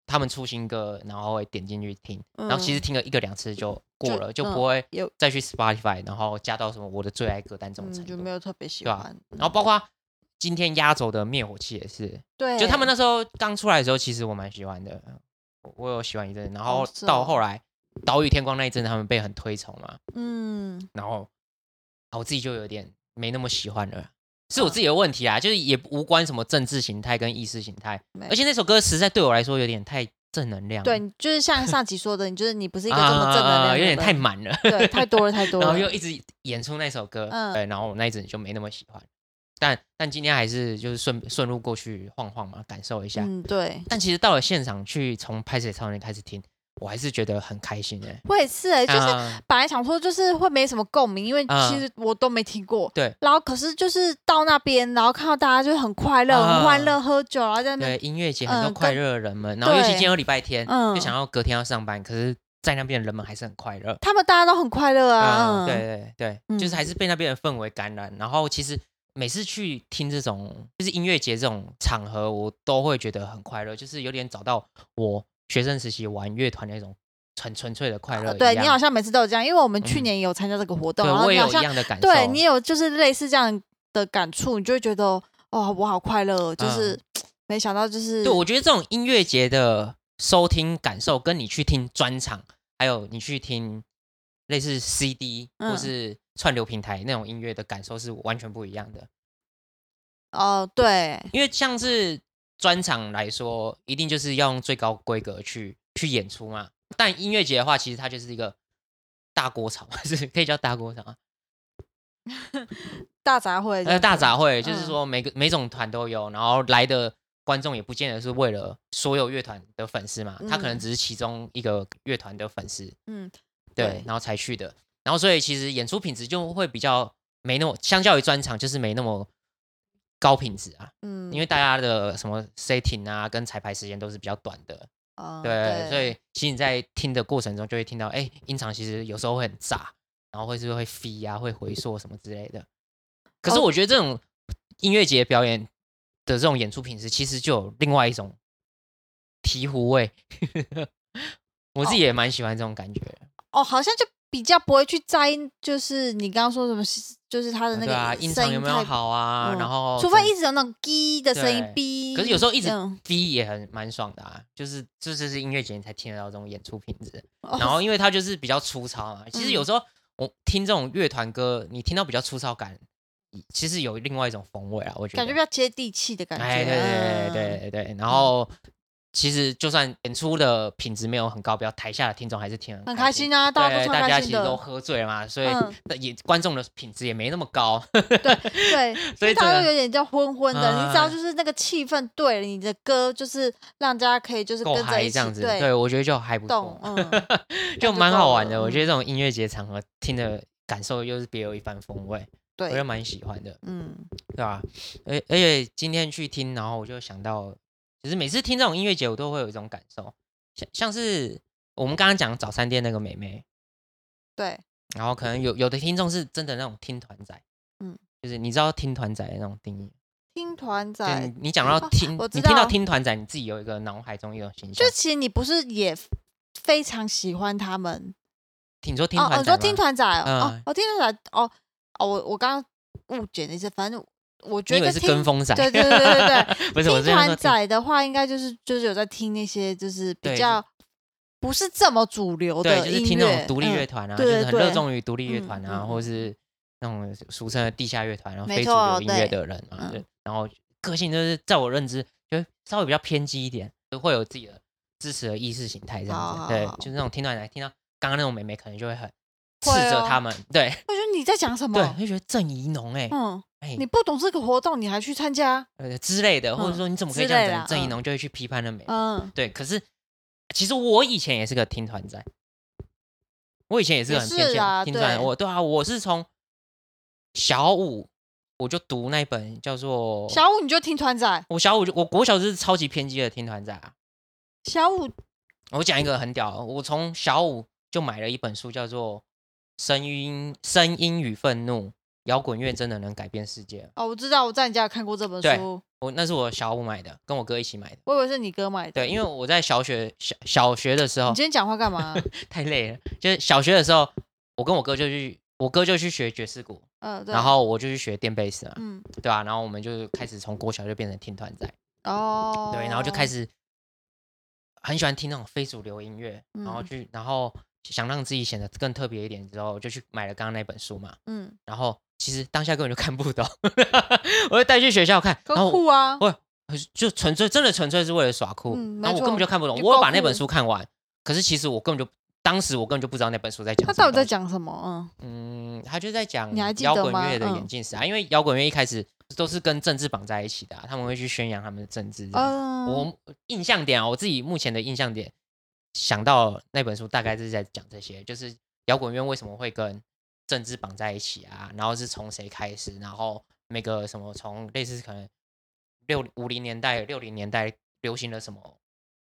[SPEAKER 1] 他们出新歌，然后会点进去听，然后其实
[SPEAKER 2] 嗯
[SPEAKER 1] 听了一个两次就过
[SPEAKER 2] 就
[SPEAKER 1] 了，就
[SPEAKER 2] 嗯
[SPEAKER 1] 不会
[SPEAKER 2] 有
[SPEAKER 1] 再去 Spotify，然后加到什么我的最爱歌单这种
[SPEAKER 2] 嗯
[SPEAKER 1] 程
[SPEAKER 2] 就
[SPEAKER 1] 度。
[SPEAKER 2] 没有特别喜
[SPEAKER 1] 对啊
[SPEAKER 2] 欢。
[SPEAKER 1] 然后包括今天压轴的灭火器也是，
[SPEAKER 2] 对，
[SPEAKER 1] 就他们那时候刚出来的时候，其实我蛮喜欢的，我我有喜欢一阵，然后
[SPEAKER 2] 哦是
[SPEAKER 1] 到
[SPEAKER 2] 哦
[SPEAKER 1] 后来岛屿天光那一阵，他们被很推崇嘛，
[SPEAKER 2] 嗯
[SPEAKER 1] 然后啊我自己就有点没那么喜欢了，是我
[SPEAKER 2] 嗯
[SPEAKER 1] 自己的问题啊，就是也无关什么政治形态跟意识形态，
[SPEAKER 2] 没
[SPEAKER 1] 而且那首歌实在对我来说有点太正能量了，
[SPEAKER 2] 对，你就是像上集说的，你就是你不是一个这么正能量
[SPEAKER 1] 嗯啊
[SPEAKER 2] 的人，
[SPEAKER 1] 有点太满了，
[SPEAKER 2] 对，太多了太 多
[SPEAKER 1] 然
[SPEAKER 2] 了
[SPEAKER 1] 后。又一直演出那首歌，
[SPEAKER 2] 嗯
[SPEAKER 1] 对，然后我那一阵就没那么喜欢，但但今天还是就是顺顺路过去晃晃嘛，感受一下。
[SPEAKER 2] 嗯，对，
[SPEAKER 1] 但其实到了现场去，从拍水超人开始听，我还是觉得很开心哎、
[SPEAKER 2] 我也是哎、就是
[SPEAKER 1] 啊
[SPEAKER 2] 本来想说就是会没什么共鸣，因为
[SPEAKER 1] 啊
[SPEAKER 2] 其实我都没听过。
[SPEAKER 1] 对。
[SPEAKER 2] 然后可是就是到那边，然后看到大家就很快乐、很欢乐，喝酒，然后在那
[SPEAKER 1] 啊对
[SPEAKER 2] 边
[SPEAKER 1] 音乐节很多
[SPEAKER 2] 嗯
[SPEAKER 1] 快
[SPEAKER 2] 跟
[SPEAKER 1] 乐的人们，然后尤其
[SPEAKER 2] 对
[SPEAKER 1] 今天有礼拜天，
[SPEAKER 2] 嗯
[SPEAKER 1] 就想要隔天要上班，可是，在那边的人们还是很快乐。
[SPEAKER 2] 他们大家都很快乐啊。
[SPEAKER 1] 嗯，对对对，就是
[SPEAKER 2] 嗯
[SPEAKER 1] 还是被那边的氛围感染。然后其实每次去听这种就是音乐节这种场合，我都会觉得很快乐，就是有点找到我学生时期玩乐团那种很纯粹的快乐一
[SPEAKER 2] 呃
[SPEAKER 1] 样。
[SPEAKER 2] 对你好像每次都有这样，因为我们去
[SPEAKER 1] 嗯
[SPEAKER 2] 年也有参加这个活动，
[SPEAKER 1] 对
[SPEAKER 2] 然后
[SPEAKER 1] 我也有
[SPEAKER 2] 你好
[SPEAKER 1] 一
[SPEAKER 2] 像
[SPEAKER 1] 样的感受，
[SPEAKER 2] 对你有就是类似这样的感触，你就会觉得哦，我好快乐哦，就是、没想到就是
[SPEAKER 1] 嗯对我觉得这种音乐节的收听感受，跟你去听专场，还有你去听类似 CD 或
[SPEAKER 2] 嗯
[SPEAKER 1] 是串流平台那种音乐的感受是完全不一样的。
[SPEAKER 2] 哦，对，
[SPEAKER 1] 因为像是专场来说，一定就是要用最高规格去去演出嘛。但音乐节的话，其实它就是一个大锅炒， 是可以叫大锅炒啊，
[SPEAKER 2] 大杂烩这样子，
[SPEAKER 1] 呃，大杂烩，就是
[SPEAKER 2] 嗯
[SPEAKER 1] 说每个每种团都有，然后来的观众也不见得是为了所有乐团的粉丝嘛，他可能
[SPEAKER 2] 嗯
[SPEAKER 1] 只是其中一个乐团的粉丝，
[SPEAKER 2] 嗯，
[SPEAKER 1] 对
[SPEAKER 2] 对，
[SPEAKER 1] 然后才去的。然后所以其实演出品质就会比较没那么，相较于专场就是没那么高品质啊。
[SPEAKER 2] 嗯，
[SPEAKER 1] 因为大家的什么 setting 啊，跟彩排时间都是比较短的，
[SPEAKER 2] 嗯
[SPEAKER 1] 对，所以其实你在听的过程中就会听到，哎，音场其实有时候会很炸，然后会是会飞啊，会回溯什么之类的。可是
[SPEAKER 2] 哦
[SPEAKER 1] 我觉得这种音乐节表演的这种演出品质，其实就有另外一种醍醐味， 我自己也蛮喜欢这种感觉。
[SPEAKER 2] 哦，好像就比较不会去在意，就是你刚刚说什么，就是他的呃那
[SPEAKER 1] 对啊，
[SPEAKER 2] 个
[SPEAKER 1] 音
[SPEAKER 2] 声
[SPEAKER 1] 场
[SPEAKER 2] 音
[SPEAKER 1] 有没
[SPEAKER 2] 太
[SPEAKER 1] 有，好啊？
[SPEAKER 2] 嗯
[SPEAKER 1] 然后
[SPEAKER 2] 除非
[SPEAKER 1] 整
[SPEAKER 2] 一直有那种滴的声音
[SPEAKER 1] 对，
[SPEAKER 2] 哔，
[SPEAKER 1] 可是有时候一直
[SPEAKER 2] 这样
[SPEAKER 1] 低也很蛮爽的啊，就是这就是音乐节你才听得到这种演出品质。
[SPEAKER 2] 哦
[SPEAKER 1] 然后因为它就是比较粗糙嘛，其实
[SPEAKER 2] 嗯
[SPEAKER 1] 有时候我听这种乐团歌，你听到比较粗糙感，其实有另外一种风味啊，我觉得。
[SPEAKER 2] 感觉比较接地气的感觉，嗯
[SPEAKER 1] 哎，对对对对对，然后。其实就算演出的品质没有很高标，台下的听众还是听得
[SPEAKER 2] 嗯，很开
[SPEAKER 1] 开心
[SPEAKER 2] 心啊，大家都
[SPEAKER 1] 对，
[SPEAKER 2] 超
[SPEAKER 1] 大家
[SPEAKER 2] 开
[SPEAKER 1] 其
[SPEAKER 2] 心
[SPEAKER 1] 实都
[SPEAKER 2] 的，
[SPEAKER 1] 喝醉了嘛，所以
[SPEAKER 2] 嗯
[SPEAKER 1] 也观众的品质也没那么高，
[SPEAKER 2] 对，
[SPEAKER 1] 所以
[SPEAKER 2] 大家
[SPEAKER 1] 这
[SPEAKER 2] 都有点叫昏昏的，你只
[SPEAKER 1] 哎
[SPEAKER 2] 要就是那个气氛对了，你的歌就是让大家可以就是
[SPEAKER 1] 够
[SPEAKER 2] 跟着
[SPEAKER 1] 嗨
[SPEAKER 2] 一
[SPEAKER 1] 这
[SPEAKER 2] 起
[SPEAKER 1] 样子，对
[SPEAKER 2] 对
[SPEAKER 1] 我觉得就还不错
[SPEAKER 2] 动，。嗯，
[SPEAKER 1] 就
[SPEAKER 2] 就
[SPEAKER 1] 蛮好
[SPEAKER 2] 够
[SPEAKER 1] 玩
[SPEAKER 2] 了
[SPEAKER 1] 的。我
[SPEAKER 2] 嗯
[SPEAKER 1] 觉得这种音乐节场合听的感受又是别有一番风味，我觉得
[SPEAKER 2] 对，
[SPEAKER 1] 蛮喜欢的，
[SPEAKER 2] 嗯，
[SPEAKER 1] 对吧？而而且今天去听，然后我就想到，其实每次听这种音乐节，我都会有一种感受，像像是我们刚刚讲早餐店那个美眉，
[SPEAKER 2] 对，
[SPEAKER 1] 然后可能有有的听众是真的那种听团仔，嗯
[SPEAKER 2] 嗯，
[SPEAKER 1] 就是你知道听团仔的那种定义，
[SPEAKER 2] 听团
[SPEAKER 1] 就
[SPEAKER 2] 仔
[SPEAKER 1] 你你讲到
[SPEAKER 2] 哦
[SPEAKER 1] 听，
[SPEAKER 2] 我
[SPEAKER 1] 你
[SPEAKER 2] 知
[SPEAKER 1] 听到
[SPEAKER 2] 道
[SPEAKER 1] 听团仔，你自己有一个脑海中一种形象
[SPEAKER 2] 就，其实你不是也非常喜欢他们
[SPEAKER 1] 听你说听
[SPEAKER 2] 哦
[SPEAKER 1] 团仔
[SPEAKER 2] 哦，你
[SPEAKER 1] 吗，
[SPEAKER 2] 说听团仔哦
[SPEAKER 1] 嗯
[SPEAKER 2] 哦哦，听团仔哦哦，我我刚刚误解了一次，反正我
[SPEAKER 1] 你
[SPEAKER 2] 觉
[SPEAKER 1] 以为
[SPEAKER 2] 得
[SPEAKER 1] 是
[SPEAKER 2] 听
[SPEAKER 1] 跟风仔，
[SPEAKER 2] 对对对对对
[SPEAKER 1] 不是我
[SPEAKER 2] 听
[SPEAKER 1] 是要说
[SPEAKER 2] 团
[SPEAKER 1] 听
[SPEAKER 2] 仔的话，应该就是就是有在听那些就是
[SPEAKER 1] 对
[SPEAKER 2] 比较不是这么主流
[SPEAKER 1] 对，
[SPEAKER 2] 的
[SPEAKER 1] 就是
[SPEAKER 2] 音
[SPEAKER 1] 听那种
[SPEAKER 2] 乐，
[SPEAKER 1] 独立乐
[SPEAKER 2] 嗯，
[SPEAKER 1] 团啊，
[SPEAKER 2] 对
[SPEAKER 1] 就是
[SPEAKER 2] 对
[SPEAKER 1] 很热
[SPEAKER 2] 对
[SPEAKER 1] 衷于独立乐团啊，
[SPEAKER 2] 嗯嗯
[SPEAKER 1] 或是那种俗称的地下乐团，然后啊
[SPEAKER 2] 没
[SPEAKER 1] 非主
[SPEAKER 2] 错
[SPEAKER 1] 流音乐
[SPEAKER 2] 对
[SPEAKER 1] 的人啊，对
[SPEAKER 2] 嗯
[SPEAKER 1] 然后个性就是在我认知，就稍微比较偏激一点，就会有自己的支持的意识形态这样子。
[SPEAKER 2] 好
[SPEAKER 1] 对
[SPEAKER 2] 好好，
[SPEAKER 1] 就是那种听到来听到刚刚那种美眉，可能就会很斥
[SPEAKER 2] 会
[SPEAKER 1] 责
[SPEAKER 2] 哦
[SPEAKER 1] 他们，对
[SPEAKER 2] 我觉得你在讲什
[SPEAKER 1] 对，
[SPEAKER 2] 么？
[SPEAKER 1] 会觉得郑怡农哎
[SPEAKER 2] 嗯，
[SPEAKER 1] 哎
[SPEAKER 2] 你不懂这个活动，你还去参加？
[SPEAKER 1] 呃之类的，或者
[SPEAKER 2] 嗯
[SPEAKER 1] 说你怎么可以
[SPEAKER 2] 之
[SPEAKER 1] 这样
[SPEAKER 2] 类
[SPEAKER 1] 讲
[SPEAKER 2] 啦
[SPEAKER 1] 郑怡
[SPEAKER 2] 嗯
[SPEAKER 1] 农，就会去批判那美眉
[SPEAKER 2] 嗯，
[SPEAKER 1] 对，可是其实我以前也是个听团仔，我以前也是个
[SPEAKER 2] 也
[SPEAKER 1] 很偏
[SPEAKER 2] 是
[SPEAKER 1] 见
[SPEAKER 2] 啦
[SPEAKER 1] 听团。
[SPEAKER 2] 对
[SPEAKER 1] 我对啊，我是从小五我就读那本叫做
[SPEAKER 2] 小五你就听团仔，
[SPEAKER 1] 我小五就我国小就是超级偏激的听团仔啊。
[SPEAKER 2] 小五
[SPEAKER 1] 我讲一个很屌的，我从小五就买了一本书叫做声音、声音与愤怒，摇滚乐真的能改变世界。
[SPEAKER 2] 哦，我知道，我在你家有看过这本
[SPEAKER 1] 对
[SPEAKER 2] 书，
[SPEAKER 1] 我那是我小五买的，跟我哥一起买的。
[SPEAKER 2] 我以为是你哥买的。
[SPEAKER 1] 对，因为我在小学小小学的时候
[SPEAKER 2] 你今天讲话干嘛？
[SPEAKER 1] 太累了，就是小学的时候，我跟我哥就去，我哥就去学爵士鼓，
[SPEAKER 2] 嗯，对。
[SPEAKER 1] 然后我就去学电贝斯嘛，
[SPEAKER 2] 嗯，
[SPEAKER 1] 对吧、啊？然后我们就开始从国小就变成听团仔，
[SPEAKER 2] 哦，
[SPEAKER 1] 对，然后就开
[SPEAKER 2] 始
[SPEAKER 1] 始很喜欢听那种非主流音乐，然后
[SPEAKER 2] 嗯
[SPEAKER 1] 去，然后想让自己显得更特别一点，之后就去买了刚刚那本书嘛，
[SPEAKER 2] 嗯，
[SPEAKER 1] 然后其实当下根本就看不懂， 我就带去学校看，然后
[SPEAKER 2] 很酷
[SPEAKER 1] 我
[SPEAKER 2] 啊。
[SPEAKER 1] 就纯粹真的纯粹是为了耍酷，
[SPEAKER 2] 嗯
[SPEAKER 1] 然后
[SPEAKER 2] 没
[SPEAKER 1] 我根本
[SPEAKER 2] 错
[SPEAKER 1] 就看不懂，
[SPEAKER 2] 就
[SPEAKER 1] 我有
[SPEAKER 2] 够
[SPEAKER 1] 把那本
[SPEAKER 2] 酷
[SPEAKER 1] 书看完，可是其实我根本就当时我根本就不知道那本书在讲
[SPEAKER 2] 他
[SPEAKER 1] 什么
[SPEAKER 2] 到底在
[SPEAKER 1] 东西，
[SPEAKER 2] 讲什么？
[SPEAKER 1] 嗯，他就在讲
[SPEAKER 2] 你还记
[SPEAKER 1] 摇
[SPEAKER 2] 得
[SPEAKER 1] 滚
[SPEAKER 2] 吗
[SPEAKER 1] 乐的
[SPEAKER 2] 嗯
[SPEAKER 1] 演进史啊，因为摇滚乐一开始都是跟政治绑在一起的啊、他们会去宣扬他们的政治这样子，
[SPEAKER 2] 嗯，嗯，
[SPEAKER 1] 我印象点啊，我自己目前的印象点想到那本书大概是在讲这些，就是摇滚乐为什么会跟政治绑在一起啊，然后是从谁开始，然后每个什么从类似可能六五零年代、六零年代流行了什么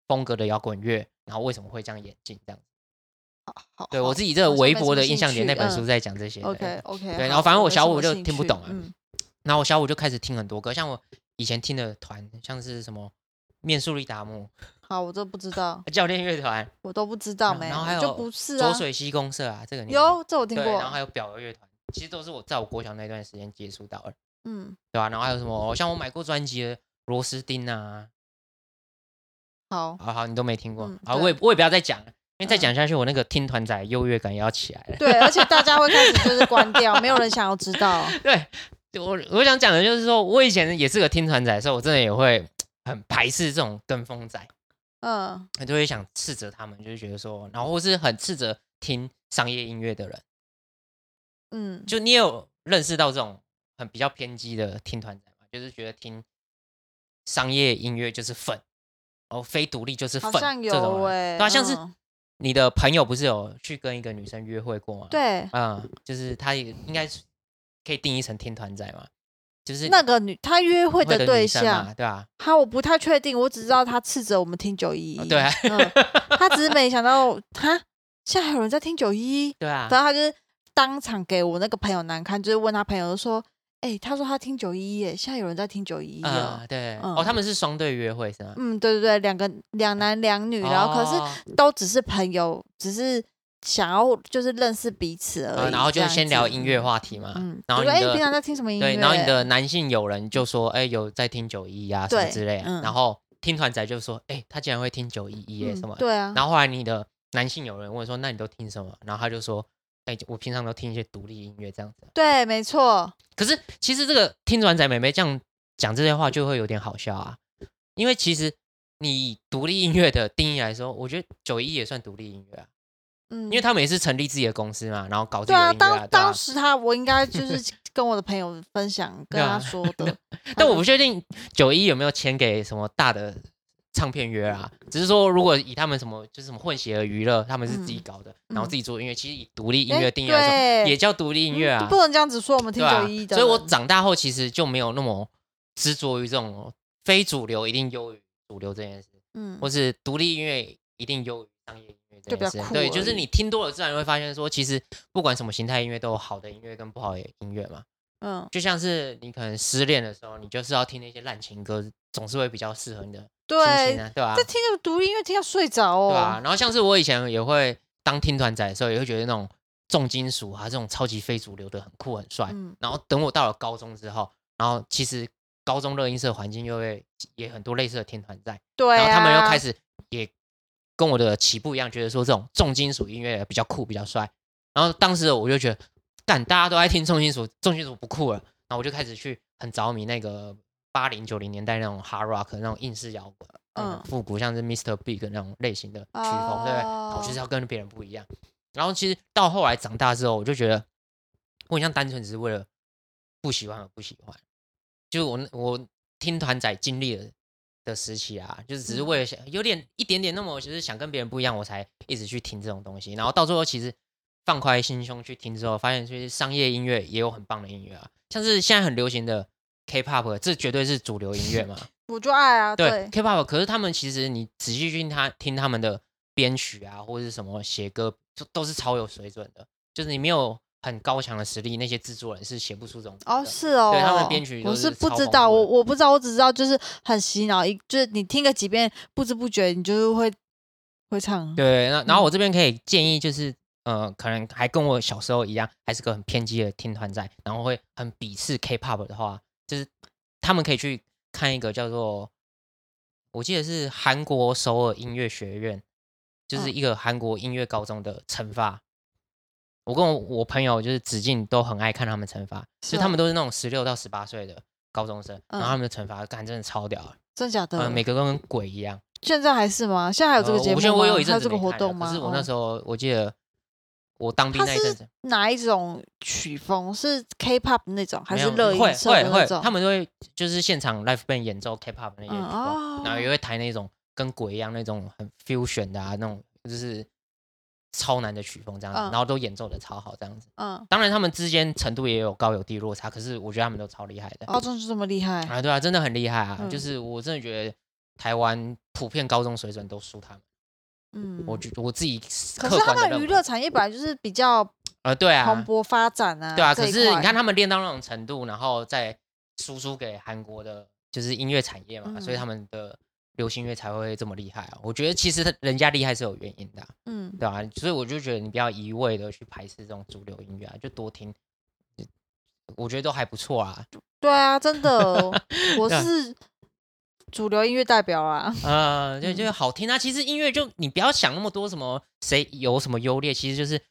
[SPEAKER 1] 风格的摇滚乐，然后为什么会这样演进这样。
[SPEAKER 2] 好
[SPEAKER 1] 对
[SPEAKER 2] 好
[SPEAKER 1] 我自己这个
[SPEAKER 2] 好像
[SPEAKER 1] 微
[SPEAKER 2] 没
[SPEAKER 1] 博
[SPEAKER 2] 什么
[SPEAKER 1] 的印
[SPEAKER 2] 兴
[SPEAKER 1] 象点，
[SPEAKER 2] 趣
[SPEAKER 1] 那本书
[SPEAKER 2] 嗯
[SPEAKER 1] 在讲这些的。
[SPEAKER 2] OK OK，
[SPEAKER 1] 对然后反正我小五就听不懂啊
[SPEAKER 2] 啊。嗯
[SPEAKER 1] 然后我小五就开始听很多歌，像我以前听的团，像是什么面素利达姆、
[SPEAKER 2] 好，我都不知道，
[SPEAKER 1] 教练乐团。
[SPEAKER 2] 我都不知道
[SPEAKER 1] 嗯
[SPEAKER 2] 没，
[SPEAKER 1] 然后
[SPEAKER 2] 我
[SPEAKER 1] 还有
[SPEAKER 2] 就不是啊
[SPEAKER 1] 浊。水溪公社啊，这个你
[SPEAKER 2] 有，这我听
[SPEAKER 1] 对，然后还
[SPEAKER 2] 过。
[SPEAKER 1] 有表儿乐团，其实都是我在我国小那段时间接触到的，
[SPEAKER 2] 嗯，
[SPEAKER 1] 对啊吧、然后还有什么像我买过专辑的螺丝钉啊，
[SPEAKER 2] 好，
[SPEAKER 1] 好好你都没听过，
[SPEAKER 2] 嗯
[SPEAKER 1] 好
[SPEAKER 2] 对嗯
[SPEAKER 1] 我也我也不要再讲了，因为再讲下去我那个听团仔优越感也要起来 了。
[SPEAKER 2] 对，而且大家会开始就是关掉，没有人想要知道。
[SPEAKER 1] 对，我我想讲的就是说，我以前也是个听团仔的时候，我真的也会很排斥这种跟风仔，
[SPEAKER 2] 嗯，
[SPEAKER 1] 我就会想斥责他们，就是觉得说，然后或是很斥责听商业音乐的人。
[SPEAKER 2] 嗯，
[SPEAKER 1] 就你有认识到这种很比较偏激的听团仔吗？就是觉得听商业音乐就是粉，哦，非独立就是
[SPEAKER 2] 好
[SPEAKER 1] 粉，
[SPEAKER 2] 像
[SPEAKER 1] 这种人
[SPEAKER 2] 有哎，
[SPEAKER 1] 对啊，像是
[SPEAKER 2] 嗯
[SPEAKER 1] 你的朋友不是有去跟一个女生约会过吗？，
[SPEAKER 2] 对
[SPEAKER 1] 嗯，就是他也应该是可以定义成听团仔嘛，就是
[SPEAKER 2] 那个女，她约
[SPEAKER 1] 会
[SPEAKER 2] 会的
[SPEAKER 1] 的
[SPEAKER 2] 对
[SPEAKER 1] 女生啊
[SPEAKER 2] 象
[SPEAKER 1] 嘛，，对吧、
[SPEAKER 2] 她我不太确定，我只知道她斥责我们听九一
[SPEAKER 1] 哦
[SPEAKER 2] 一。
[SPEAKER 1] 对啊
[SPEAKER 2] 嗯，她只是没想到，她现在还有人在听九一一。
[SPEAKER 1] 对啊，
[SPEAKER 2] 然后他就是当场给我那个朋友难堪，就是问他朋友说：“哎、他说他听九一一耶，现在有人在听九一一
[SPEAKER 1] 啊、
[SPEAKER 2] 了。
[SPEAKER 1] 对，
[SPEAKER 2] 嗯
[SPEAKER 1] 哦，他们是双对约会是吗？哦
[SPEAKER 2] 嗯，对对对，两个两男两女，然后可是
[SPEAKER 1] 是、
[SPEAKER 2] 都只是朋友，只是想要就是认识彼此而
[SPEAKER 1] 呃
[SPEAKER 2] 已。
[SPEAKER 1] 然后就
[SPEAKER 2] 这样
[SPEAKER 1] 先
[SPEAKER 2] 子
[SPEAKER 1] 聊音乐，话题嘛，
[SPEAKER 2] 嗯，
[SPEAKER 1] 然后
[SPEAKER 2] 就说
[SPEAKER 1] 你
[SPEAKER 2] 哎、
[SPEAKER 1] 的
[SPEAKER 2] 平常在听什么音乐？
[SPEAKER 1] 对，然后你的男性友人就说，哎、有在听九一啊什么
[SPEAKER 2] 对
[SPEAKER 1] 之类的，
[SPEAKER 2] 嗯
[SPEAKER 1] 然后听团仔就说，哎、他竟然会听九一一耶
[SPEAKER 2] 嗯
[SPEAKER 1] 什么，
[SPEAKER 2] 对啊，
[SPEAKER 1] 然后后来你的男性友人问说，那你都听什么？然后他就说，哎、我平常都听一些独立音乐这样子。
[SPEAKER 2] 对，没错，
[SPEAKER 1] 可是其实这个听团仔妹妹这样讲这些话就会有点好笑啊，因为其实你以独立音乐的定义来说，我觉得九一也算独立音乐啊，
[SPEAKER 2] 嗯，
[SPEAKER 1] 因为他们也是成立自己的公司嘛，然后搞自己
[SPEAKER 2] 对
[SPEAKER 1] 的
[SPEAKER 2] 啊，
[SPEAKER 1] 音乐
[SPEAKER 2] 当
[SPEAKER 1] 啊，对啊
[SPEAKER 2] 当。时他我应该 就是跟我的朋友分享，
[SPEAKER 1] 对
[SPEAKER 2] 跟
[SPEAKER 1] 啊
[SPEAKER 2] 他说的，
[SPEAKER 1] 但我不确定九一有没有签给什么大的唱片约啊，只是说如果以他们什么就是什么混血儿娱乐，他们是自己搞的，然后自己做音乐，其实以独立音乐
[SPEAKER 2] 哎
[SPEAKER 1] 定义来说，
[SPEAKER 2] 嗯对
[SPEAKER 1] 也叫独立音乐啊
[SPEAKER 2] 嗯，不能这样子说我们听
[SPEAKER 1] 对
[SPEAKER 2] 九
[SPEAKER 1] 啊
[SPEAKER 2] 一一，的
[SPEAKER 1] 所以
[SPEAKER 2] 人，
[SPEAKER 1] 我长大后其实就没有那么执着于这种非主流一定优于主流这件事，
[SPEAKER 2] 嗯
[SPEAKER 1] 或是独立音乐一定优于商业音乐这
[SPEAKER 2] 就比
[SPEAKER 1] 件
[SPEAKER 2] 较
[SPEAKER 1] 事
[SPEAKER 2] 酷。
[SPEAKER 1] 对，
[SPEAKER 2] 而
[SPEAKER 1] 就是
[SPEAKER 2] 已
[SPEAKER 1] 你听多了，自然会发现说，其实不管什么形态音乐都有好的音乐跟不好的音乐嘛。
[SPEAKER 2] 嗯，
[SPEAKER 1] 就像是你可能失恋的时候，你就是要听那些烂情歌，总是会比较适合你的心
[SPEAKER 2] 对
[SPEAKER 1] 情，啊，对吧、
[SPEAKER 2] 在听着独立音乐听到睡着
[SPEAKER 1] 对
[SPEAKER 2] 哦。
[SPEAKER 1] 吧、然后像是我以前也会当听团仔的时候，也会觉得那种重金属啊，这种超级非主流的很酷很帅。
[SPEAKER 2] 嗯
[SPEAKER 1] 然后等我到了高中之后，然后其实高中乐音社环境又会也很多类似的听团仔，
[SPEAKER 2] 对、啊，
[SPEAKER 1] 然后他们又开始也跟我的起步一样，觉得说这种重金属音乐比较酷，比较帅。然后当时我就觉得，干，大家都爱听重金属，重金属不酷了。然后我就开始去很着迷那个八零九零年代那种 hard rock 那种硬式摇滚，嗯
[SPEAKER 2] 嗯，
[SPEAKER 1] 复古，像是 Mr. Big 那种类型的曲风，对不对？然后我
[SPEAKER 2] 哦
[SPEAKER 1] 就是要跟别人不一样。然后其实到后来长大之后，我就觉得，我好像单纯只是为了不喜欢而不喜欢。就是我那我听团仔经历了的时期啊，就是只是
[SPEAKER 2] 嗯
[SPEAKER 1] 为了想有点一点点那么就是想跟别人不一样，我才一直去听这种东西。然后到最后其实放开心胸去听之后，发现其实商业音乐也有很棒的音乐啊，像是现在很流行的 K-pop，这绝对是主流音乐嘛。
[SPEAKER 2] 我就爱 啊，
[SPEAKER 1] 对
[SPEAKER 2] 对，
[SPEAKER 1] K-pop，可是他们其实你仔细去听他听他们的编曲啊，或者是什么写歌，就都是超有水准的。就是你没有很高强的实力，那些制作人是写不出这种歌
[SPEAKER 2] 哦，
[SPEAKER 1] 的
[SPEAKER 2] 是哦，
[SPEAKER 1] 对他们编曲
[SPEAKER 2] 我
[SPEAKER 1] 都
[SPEAKER 2] 是
[SPEAKER 1] 是
[SPEAKER 2] 不
[SPEAKER 1] 超
[SPEAKER 2] 知
[SPEAKER 1] 丰
[SPEAKER 2] 道，
[SPEAKER 1] 富
[SPEAKER 2] 我
[SPEAKER 1] 的
[SPEAKER 2] 我不知道，我只知道就是很洗脑，一就是你听个几遍，不知不觉你就是会会唱。
[SPEAKER 1] 对，那
[SPEAKER 2] 嗯
[SPEAKER 1] 然后我这边可以建议就是，呃，可能还跟我小时候一样，还是个很偏激的听团仔，然后会很鄙视 K-pop 的话，就是他们可以去看一个叫做，我记得是韩国首尔音乐学院，就是
[SPEAKER 2] 嗯
[SPEAKER 1] 一个韩国音乐高中的惩罚。我跟我我朋友就是子敬都很爱看他们惩罚，
[SPEAKER 2] 是
[SPEAKER 1] 就他
[SPEAKER 2] 哦
[SPEAKER 1] 们都是那种十六到十八岁的高中生，然
[SPEAKER 2] 嗯
[SPEAKER 1] 后他们的惩罚感真的超屌的，
[SPEAKER 2] 真假的？
[SPEAKER 1] 嗯，每个都跟鬼一样。
[SPEAKER 2] 现在还是吗？现在还有这个
[SPEAKER 1] 呃
[SPEAKER 2] 节目
[SPEAKER 1] 我
[SPEAKER 2] 吗？
[SPEAKER 1] 现在我有一
[SPEAKER 2] 还
[SPEAKER 1] 阵
[SPEAKER 2] 有
[SPEAKER 1] 子
[SPEAKER 2] 这个
[SPEAKER 1] 没
[SPEAKER 2] 活
[SPEAKER 1] 看了
[SPEAKER 2] 动吗？哦
[SPEAKER 1] 可是我那时
[SPEAKER 2] 候
[SPEAKER 1] 候我记得我当兵
[SPEAKER 2] 它
[SPEAKER 1] 那一阵子，
[SPEAKER 2] 哪一种曲风是 K-pop 那种，还
[SPEAKER 1] 没
[SPEAKER 2] 是
[SPEAKER 1] 有
[SPEAKER 2] 乐
[SPEAKER 1] 会
[SPEAKER 2] 音社
[SPEAKER 1] 会
[SPEAKER 2] 的那
[SPEAKER 1] 会，
[SPEAKER 2] 种？
[SPEAKER 1] 他们都会就是现场 live band 演奏 K-pop 那些曲
[SPEAKER 2] 嗯
[SPEAKER 1] 风，然
[SPEAKER 2] 哦
[SPEAKER 1] 后也会弹那种跟鬼一样那种很 fusion 的啊，那种就是超难的曲风这样子，
[SPEAKER 2] 嗯
[SPEAKER 1] 然后都演奏的超好这样子。
[SPEAKER 2] 嗯，
[SPEAKER 1] 当然他们之间程度也有高有低落差，可是我觉得他们都超厉害的
[SPEAKER 2] 高中就这么厉害，
[SPEAKER 1] 啊，对啊，真的很厉害啊！
[SPEAKER 2] 嗯
[SPEAKER 1] 就是我真的觉得台湾普遍高中水准都输他们，
[SPEAKER 2] 嗯，
[SPEAKER 1] 我觉我自己
[SPEAKER 2] 可
[SPEAKER 1] 客
[SPEAKER 2] 是他
[SPEAKER 1] 观的
[SPEAKER 2] 们
[SPEAKER 1] 认
[SPEAKER 2] 娱
[SPEAKER 1] 为
[SPEAKER 2] 乐产业本来就是比较
[SPEAKER 1] 呃，对啊，
[SPEAKER 2] 蓬勃发展啊，
[SPEAKER 1] 对啊，
[SPEAKER 2] 这
[SPEAKER 1] 可
[SPEAKER 2] 一
[SPEAKER 1] 是
[SPEAKER 2] 块
[SPEAKER 1] 你看他们练到那种程度，然后再输出给韩国的，就是音乐产业嘛，所以
[SPEAKER 2] 嗯
[SPEAKER 1] 他们的流行乐才会这么厉害啊。我觉得其实他人家厉害是有原因的啊、
[SPEAKER 2] 嗯，
[SPEAKER 1] 对啊，所以我就觉得你不要一味的去排斥这种主流音乐啊，就多听，我觉得都还不错 啊。
[SPEAKER 2] 对啊，真的，我
[SPEAKER 1] 对啊
[SPEAKER 2] 是主流音乐代表啊。
[SPEAKER 1] 呃，就就好听啊。其实音乐就你不要想那么多什么谁有什么优劣，其实就是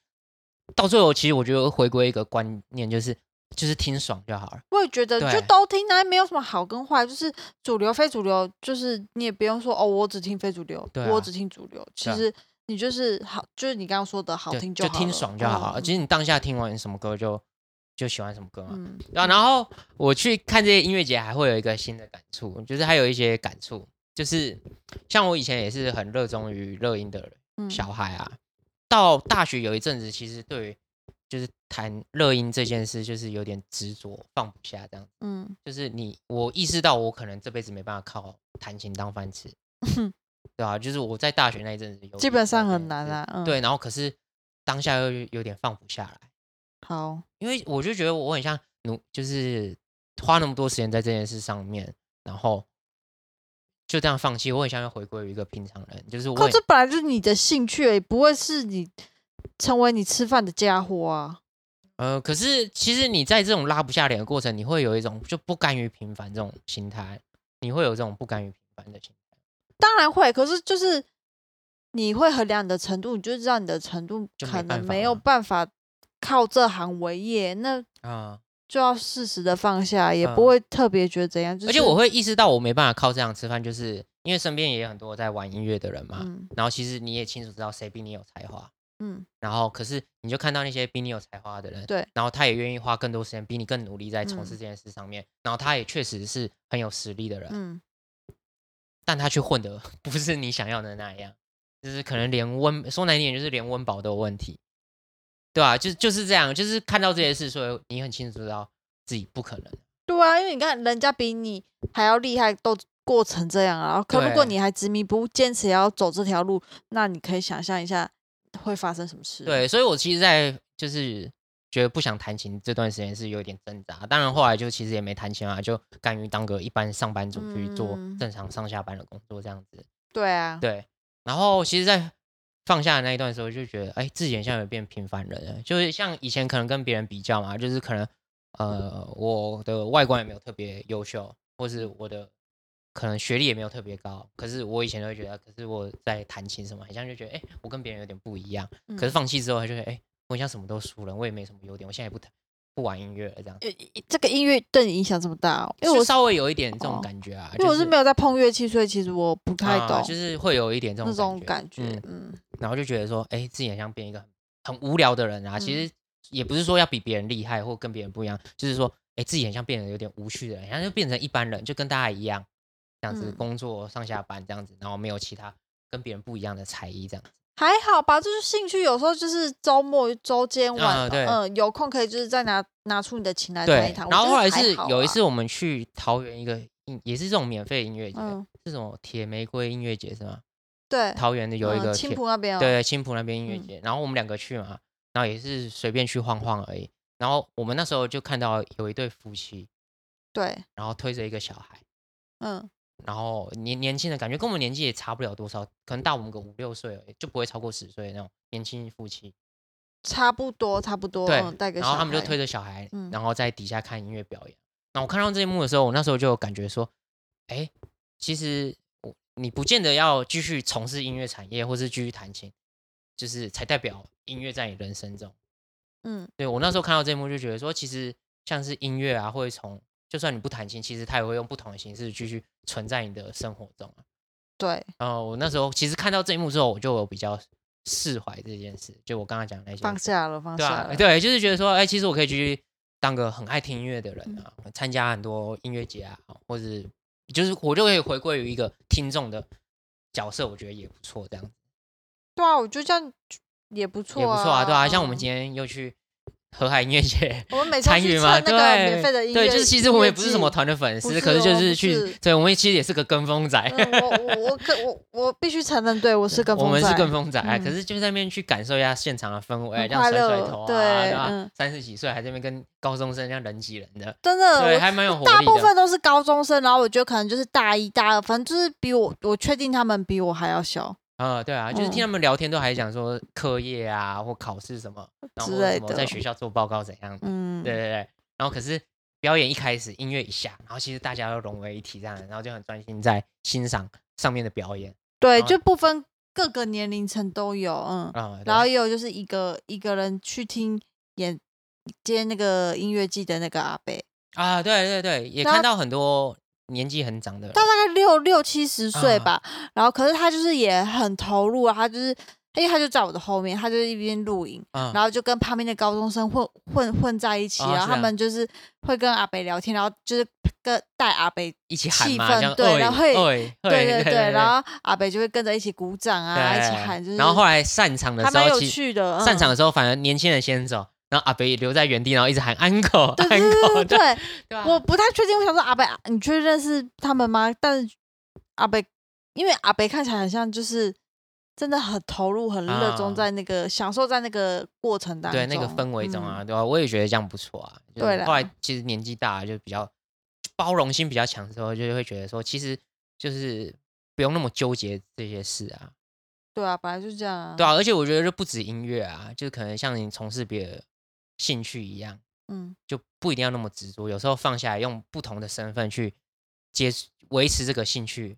[SPEAKER 1] 到最后，其实我觉得回归一个观念，就是就是听爽就好了。
[SPEAKER 2] 我也觉得就
[SPEAKER 1] 对
[SPEAKER 2] 都听啊，没有什么好跟坏，就是主流非主流，就是你也不用说哦，我只听非主流，
[SPEAKER 1] 对
[SPEAKER 2] 我
[SPEAKER 1] 啊
[SPEAKER 2] 只听主流。其
[SPEAKER 1] 对啊
[SPEAKER 2] 实你就是好，就是你刚刚说的好
[SPEAKER 1] 对
[SPEAKER 2] 听
[SPEAKER 1] 就
[SPEAKER 2] 好了，
[SPEAKER 1] 听爽就好了。
[SPEAKER 2] 嗯
[SPEAKER 1] 其实你当下听完什么歌就就喜欢什么歌嘛。啊
[SPEAKER 2] 嗯，
[SPEAKER 1] 然后、然后我去看这些音乐节，还会有一个新的感触，就是还有一些感触，就是像我以前也是很热衷于乐音的人
[SPEAKER 2] 嗯
[SPEAKER 1] 小孩啊，到大学有一阵子，其实对于就是谈乐音这件事，就是有点执着，放不下这样。
[SPEAKER 2] 嗯
[SPEAKER 1] 就是你，我意识到我可能这辈子没办法靠弹琴当饭 吃，对啊，就是我在大学那一阵子有
[SPEAKER 2] 基
[SPEAKER 1] 意识
[SPEAKER 2] 本
[SPEAKER 1] 到
[SPEAKER 2] 上
[SPEAKER 1] 这
[SPEAKER 2] 很
[SPEAKER 1] 件
[SPEAKER 2] 难
[SPEAKER 1] 事
[SPEAKER 2] 啊嗯
[SPEAKER 1] 对，然后可是当下又有点放不下来，
[SPEAKER 2] 好，
[SPEAKER 1] 因为我就觉得我很像努，就是花那么多时间在这件事上面，然后就这样放弃，我很像要回归于一个平常人，就是我
[SPEAKER 2] 可
[SPEAKER 1] 很
[SPEAKER 2] 这本来就是你的兴趣，也不会是你成为你吃饭的家伙啊。
[SPEAKER 1] 呃，可是其实你在这种拉不下脸的过程，你会有一种就不甘于平凡这种心态，你会有这种不甘于平凡的心态。
[SPEAKER 2] 当然会，可是就是你会衡量你的程度，你就知道你的程度
[SPEAKER 1] 就没
[SPEAKER 2] 可
[SPEAKER 1] 办
[SPEAKER 2] 能
[SPEAKER 1] 法
[SPEAKER 2] 没有
[SPEAKER 1] 了
[SPEAKER 2] 办法靠这行为业，那
[SPEAKER 1] 啊、
[SPEAKER 2] 就要适时的放下，也不
[SPEAKER 1] 嗯
[SPEAKER 2] 会特别觉得怎样。就
[SPEAKER 1] 而且
[SPEAKER 2] 是
[SPEAKER 1] 我会意识到我没办法靠这样吃饭，就是因为身边也有很多在玩音乐的人嘛。
[SPEAKER 2] 嗯
[SPEAKER 1] 然后其实你也清楚知道谁比你有才华，
[SPEAKER 2] 嗯
[SPEAKER 1] 然后可是你就看到那些比你有才华的人，
[SPEAKER 2] 对，
[SPEAKER 1] 然后他也愿意花更多时间，比你更努力在从事
[SPEAKER 2] 嗯
[SPEAKER 1] 这件事上面，然后他也确实是很有实力的人，
[SPEAKER 2] 嗯，
[SPEAKER 1] 但他却混的 不是你想要的那样，就是可能连温说难听点就是连温饱都有问题，对吧、就就是这样，就是看到这些事，所以你很清楚知道自己不可能。
[SPEAKER 2] 对啊，因为你看人家比你还要厉害，都过成这样了，啊然后可如果
[SPEAKER 1] 对
[SPEAKER 2] 你还执迷不悟，坚持也要走这条路，那你可以想象一下会发生什么事。，
[SPEAKER 1] 对，所以我其实，在就是觉得不想弹琴这段时间是有点挣扎。当然后来就其实也没弹琴啊，就甘于当个一般上班族去做
[SPEAKER 2] 嗯
[SPEAKER 1] 正常上下班的工作这样子。
[SPEAKER 2] 对啊，
[SPEAKER 1] 对，然后其实，在放下的那一段时候，就觉得哎，自己好像有变平凡人了，就是像以前可能跟别人比较嘛，就是可能呃，我的外观也没有特别优秀，或是我的。可能学历也没有特别高，可是我以前都会觉得，可是我在弹琴什么，好像就觉得，哎、我跟别人有点不一样。
[SPEAKER 2] 嗯
[SPEAKER 1] 可是放弃之后，他就会哎、我好像什么都输了，我也没什么优点，我现在也不弹不玩音乐了，这样，
[SPEAKER 2] 这个音乐对你影响这么大、哦，因为
[SPEAKER 1] 就
[SPEAKER 2] 我是
[SPEAKER 1] 稍微有一点这
[SPEAKER 2] 哦
[SPEAKER 1] 种感觉啊，
[SPEAKER 2] 因为我是没
[SPEAKER 1] 有
[SPEAKER 2] 有在碰乐器，所以其实我不太懂、
[SPEAKER 1] 啊就是会有一点这
[SPEAKER 2] 那
[SPEAKER 1] 种
[SPEAKER 2] 种感觉。
[SPEAKER 1] 嗯
[SPEAKER 2] 嗯
[SPEAKER 1] 然后就觉得说，哎、自己好像变一个很很无聊的人啊，其
[SPEAKER 2] 嗯
[SPEAKER 1] 实也不是说要比别人厉害或跟别人不一样，就是说，哎、自己很像变得有点无趣的人，然后就变成一般人，就跟大家一样，这样子
[SPEAKER 2] 嗯
[SPEAKER 1] 工作上下班这样子，然后没有其他跟别人不一样的才艺这样子。
[SPEAKER 2] 还好吧，就是兴趣，有时候就是周末、周间晚，
[SPEAKER 1] 啊对
[SPEAKER 2] 嗯、有空可以就是再拿拿出你的琴来啊弹一
[SPEAKER 1] 对，
[SPEAKER 2] 弹。
[SPEAKER 1] 然后后来
[SPEAKER 2] 是
[SPEAKER 1] 是有一次，我们去桃园一个音，也是这种免费音乐节，
[SPEAKER 2] 嗯，
[SPEAKER 1] 是什么铁玫瑰音乐节是吗？
[SPEAKER 2] 对，
[SPEAKER 1] 桃园的有一
[SPEAKER 2] 嗯
[SPEAKER 1] 个
[SPEAKER 2] 青
[SPEAKER 1] 铁、
[SPEAKER 2] 浦那边、哦，
[SPEAKER 1] 对青浦那边音乐
[SPEAKER 2] 嗯
[SPEAKER 1] 节，然后我们两个去嘛，然后也是随便去晃晃而已。然后我们那时候就看到有一对夫妻，
[SPEAKER 2] 对，
[SPEAKER 1] 然后推着一个小孩，
[SPEAKER 2] 嗯，
[SPEAKER 1] 然后年年轻的感觉跟我们年纪也差不了多少，可能大我们个五六岁而已，就不会超过十岁的那种年轻夫妻。
[SPEAKER 2] 差不多差不多，
[SPEAKER 1] 对
[SPEAKER 2] 嗯带个
[SPEAKER 1] 然后
[SPEAKER 2] 小
[SPEAKER 1] 他们就
[SPEAKER 2] 孩
[SPEAKER 1] 推着小孩，
[SPEAKER 2] 嗯
[SPEAKER 1] 然后在底下看音乐表演。那我看到这一幕的时候，我那时候就有感觉说，哎，其实我你不见得要继续从事音乐产业，或是继续弹琴，就是才代表音乐在你人生中。
[SPEAKER 2] 嗯
[SPEAKER 1] 对我那时候看到这一幕，就觉得说，其实像是音乐啊，或者从就算你不弹琴，其实它也会用不同的形式继续存在你的生活中啊。
[SPEAKER 2] 对，
[SPEAKER 1] 然后我那时候其实看到这一幕之后，我就有比较释怀这件事，就我刚刚讲的那些
[SPEAKER 2] 放
[SPEAKER 1] 事
[SPEAKER 2] 下了放
[SPEAKER 1] 对
[SPEAKER 2] 下
[SPEAKER 1] 啊，
[SPEAKER 2] 了，
[SPEAKER 1] 对，就是觉得说，哎、其实我可以去当个很爱听音乐的人啊，
[SPEAKER 2] 嗯
[SPEAKER 1] 参加很多音乐节啊，或者就是我就可以回归于一个听众的角色，我觉得也不错，这样子
[SPEAKER 2] 对啊，我觉得这样也不错，
[SPEAKER 1] 也不错啊，对啊，像我们
[SPEAKER 2] 嗯
[SPEAKER 1] 今天又去河海音乐 节
[SPEAKER 2] 我们每次
[SPEAKER 1] 参
[SPEAKER 2] 去
[SPEAKER 1] 与
[SPEAKER 2] 蹭
[SPEAKER 1] 嘛，
[SPEAKER 2] 那个免
[SPEAKER 1] 对
[SPEAKER 2] 费的音，乐，
[SPEAKER 1] 对，就是其实我们也不是什么
[SPEAKER 2] 团。
[SPEAKER 1] 团的粉
[SPEAKER 2] 不
[SPEAKER 1] 丝，
[SPEAKER 2] 是
[SPEAKER 1] 可是就
[SPEAKER 2] 哦
[SPEAKER 1] 是
[SPEAKER 2] 不
[SPEAKER 1] 去
[SPEAKER 2] 是，
[SPEAKER 1] 对，我们其实也是个跟风仔。
[SPEAKER 2] 嗯、我我我跟我我必须承认，对我是跟 风
[SPEAKER 1] 我们是
[SPEAKER 2] 仔
[SPEAKER 1] 跟风仔，哎可
[SPEAKER 2] 嗯
[SPEAKER 1] 是就在那边去感受一下现场的氛围，
[SPEAKER 2] 很
[SPEAKER 1] 这样
[SPEAKER 2] 快
[SPEAKER 1] 甩甩
[SPEAKER 2] 乐
[SPEAKER 1] 头啊，
[SPEAKER 2] 对
[SPEAKER 1] 吧
[SPEAKER 2] 嗯？
[SPEAKER 1] 三十几岁还在那边跟高中生这样人挤人的，
[SPEAKER 2] 真的，
[SPEAKER 1] 对，
[SPEAKER 2] 呃我
[SPEAKER 1] 还蛮有活
[SPEAKER 2] 大
[SPEAKER 1] 力
[SPEAKER 2] 部
[SPEAKER 1] 的。
[SPEAKER 2] 分都是高中生，然后我觉得可能就是大一、大二，反正就是比我，我确定他们比我还要小。
[SPEAKER 1] 啊、对啊，就是听
[SPEAKER 2] 嗯
[SPEAKER 1] 他们聊天都还讲说课业啊，或考试什么，然后
[SPEAKER 2] 之
[SPEAKER 1] 或者
[SPEAKER 2] 类
[SPEAKER 1] 什么
[SPEAKER 2] 的
[SPEAKER 1] 在学校做报告怎样的，
[SPEAKER 2] 嗯，
[SPEAKER 1] 对，对对。然后可是表演一开始，音乐一下，然后其实大家都融为一体这样，然后就很专心在欣赏上面的表演
[SPEAKER 2] 对，
[SPEAKER 1] 然后
[SPEAKER 2] 就不分各个年龄层都有，嗯，
[SPEAKER 1] 啊、对
[SPEAKER 2] 然后也有就是一个一个人去听演接那个音乐季的那个阿贝，
[SPEAKER 1] 啊，对对对，也
[SPEAKER 2] 然后
[SPEAKER 1] 看到很多年纪很长的人
[SPEAKER 2] 他大概六六七十岁
[SPEAKER 1] 啊
[SPEAKER 2] 吧，然后可是他就是也很投入啊，他就是。因为他就在我的后面，他就一边录影，
[SPEAKER 1] 啊，
[SPEAKER 2] 然后就跟旁边的高中生混混混在一起，
[SPEAKER 1] 哦
[SPEAKER 2] 然后
[SPEAKER 1] 是
[SPEAKER 2] 他
[SPEAKER 1] 啊
[SPEAKER 2] 们就是会跟阿北聊天，然后就是跟带阿北，
[SPEAKER 1] 一起喊
[SPEAKER 2] 气
[SPEAKER 1] 嘛，
[SPEAKER 2] 氛
[SPEAKER 1] 这样
[SPEAKER 2] 对然后会
[SPEAKER 1] 对
[SPEAKER 2] 对对对，然后阿北就会跟着一起鼓掌啊，一起喊，就是
[SPEAKER 1] 然后后来散场的
[SPEAKER 2] 还
[SPEAKER 1] 时
[SPEAKER 2] 蛮
[SPEAKER 1] 候，
[SPEAKER 2] 有
[SPEAKER 1] 其
[SPEAKER 2] 趣的，嗯
[SPEAKER 1] 散场的时候反而年轻人先走，然后阿北也留在原地，然后一直喊 uncle
[SPEAKER 2] 对对
[SPEAKER 1] uncle，
[SPEAKER 2] 对对，对
[SPEAKER 1] 对啊
[SPEAKER 2] 我不太确定，我想说阿北，你确认识他们吗？但是阿北，因为阿北看起来很像就是。真的很投入，很热衷
[SPEAKER 1] 啊
[SPEAKER 2] 在那个、享受在那个过程当中，
[SPEAKER 1] 对那个氛围中
[SPEAKER 2] 嗯
[SPEAKER 1] 啊，对吧、我也觉得这样不错啊。就是
[SPEAKER 2] 对啦
[SPEAKER 1] 后来其实年纪大了，就比较包容心比较强之后，就会觉得说，其实就是不用那么纠结这些事啊，
[SPEAKER 2] 对啊，本来就是这样啊。
[SPEAKER 1] 对啊。而且我觉得就不止音乐啊，就是可能像你从事别的兴趣一样，
[SPEAKER 2] 嗯，
[SPEAKER 1] 就不一定要那么执着，有时候放下来，用不同的身份去接触维持这个兴趣，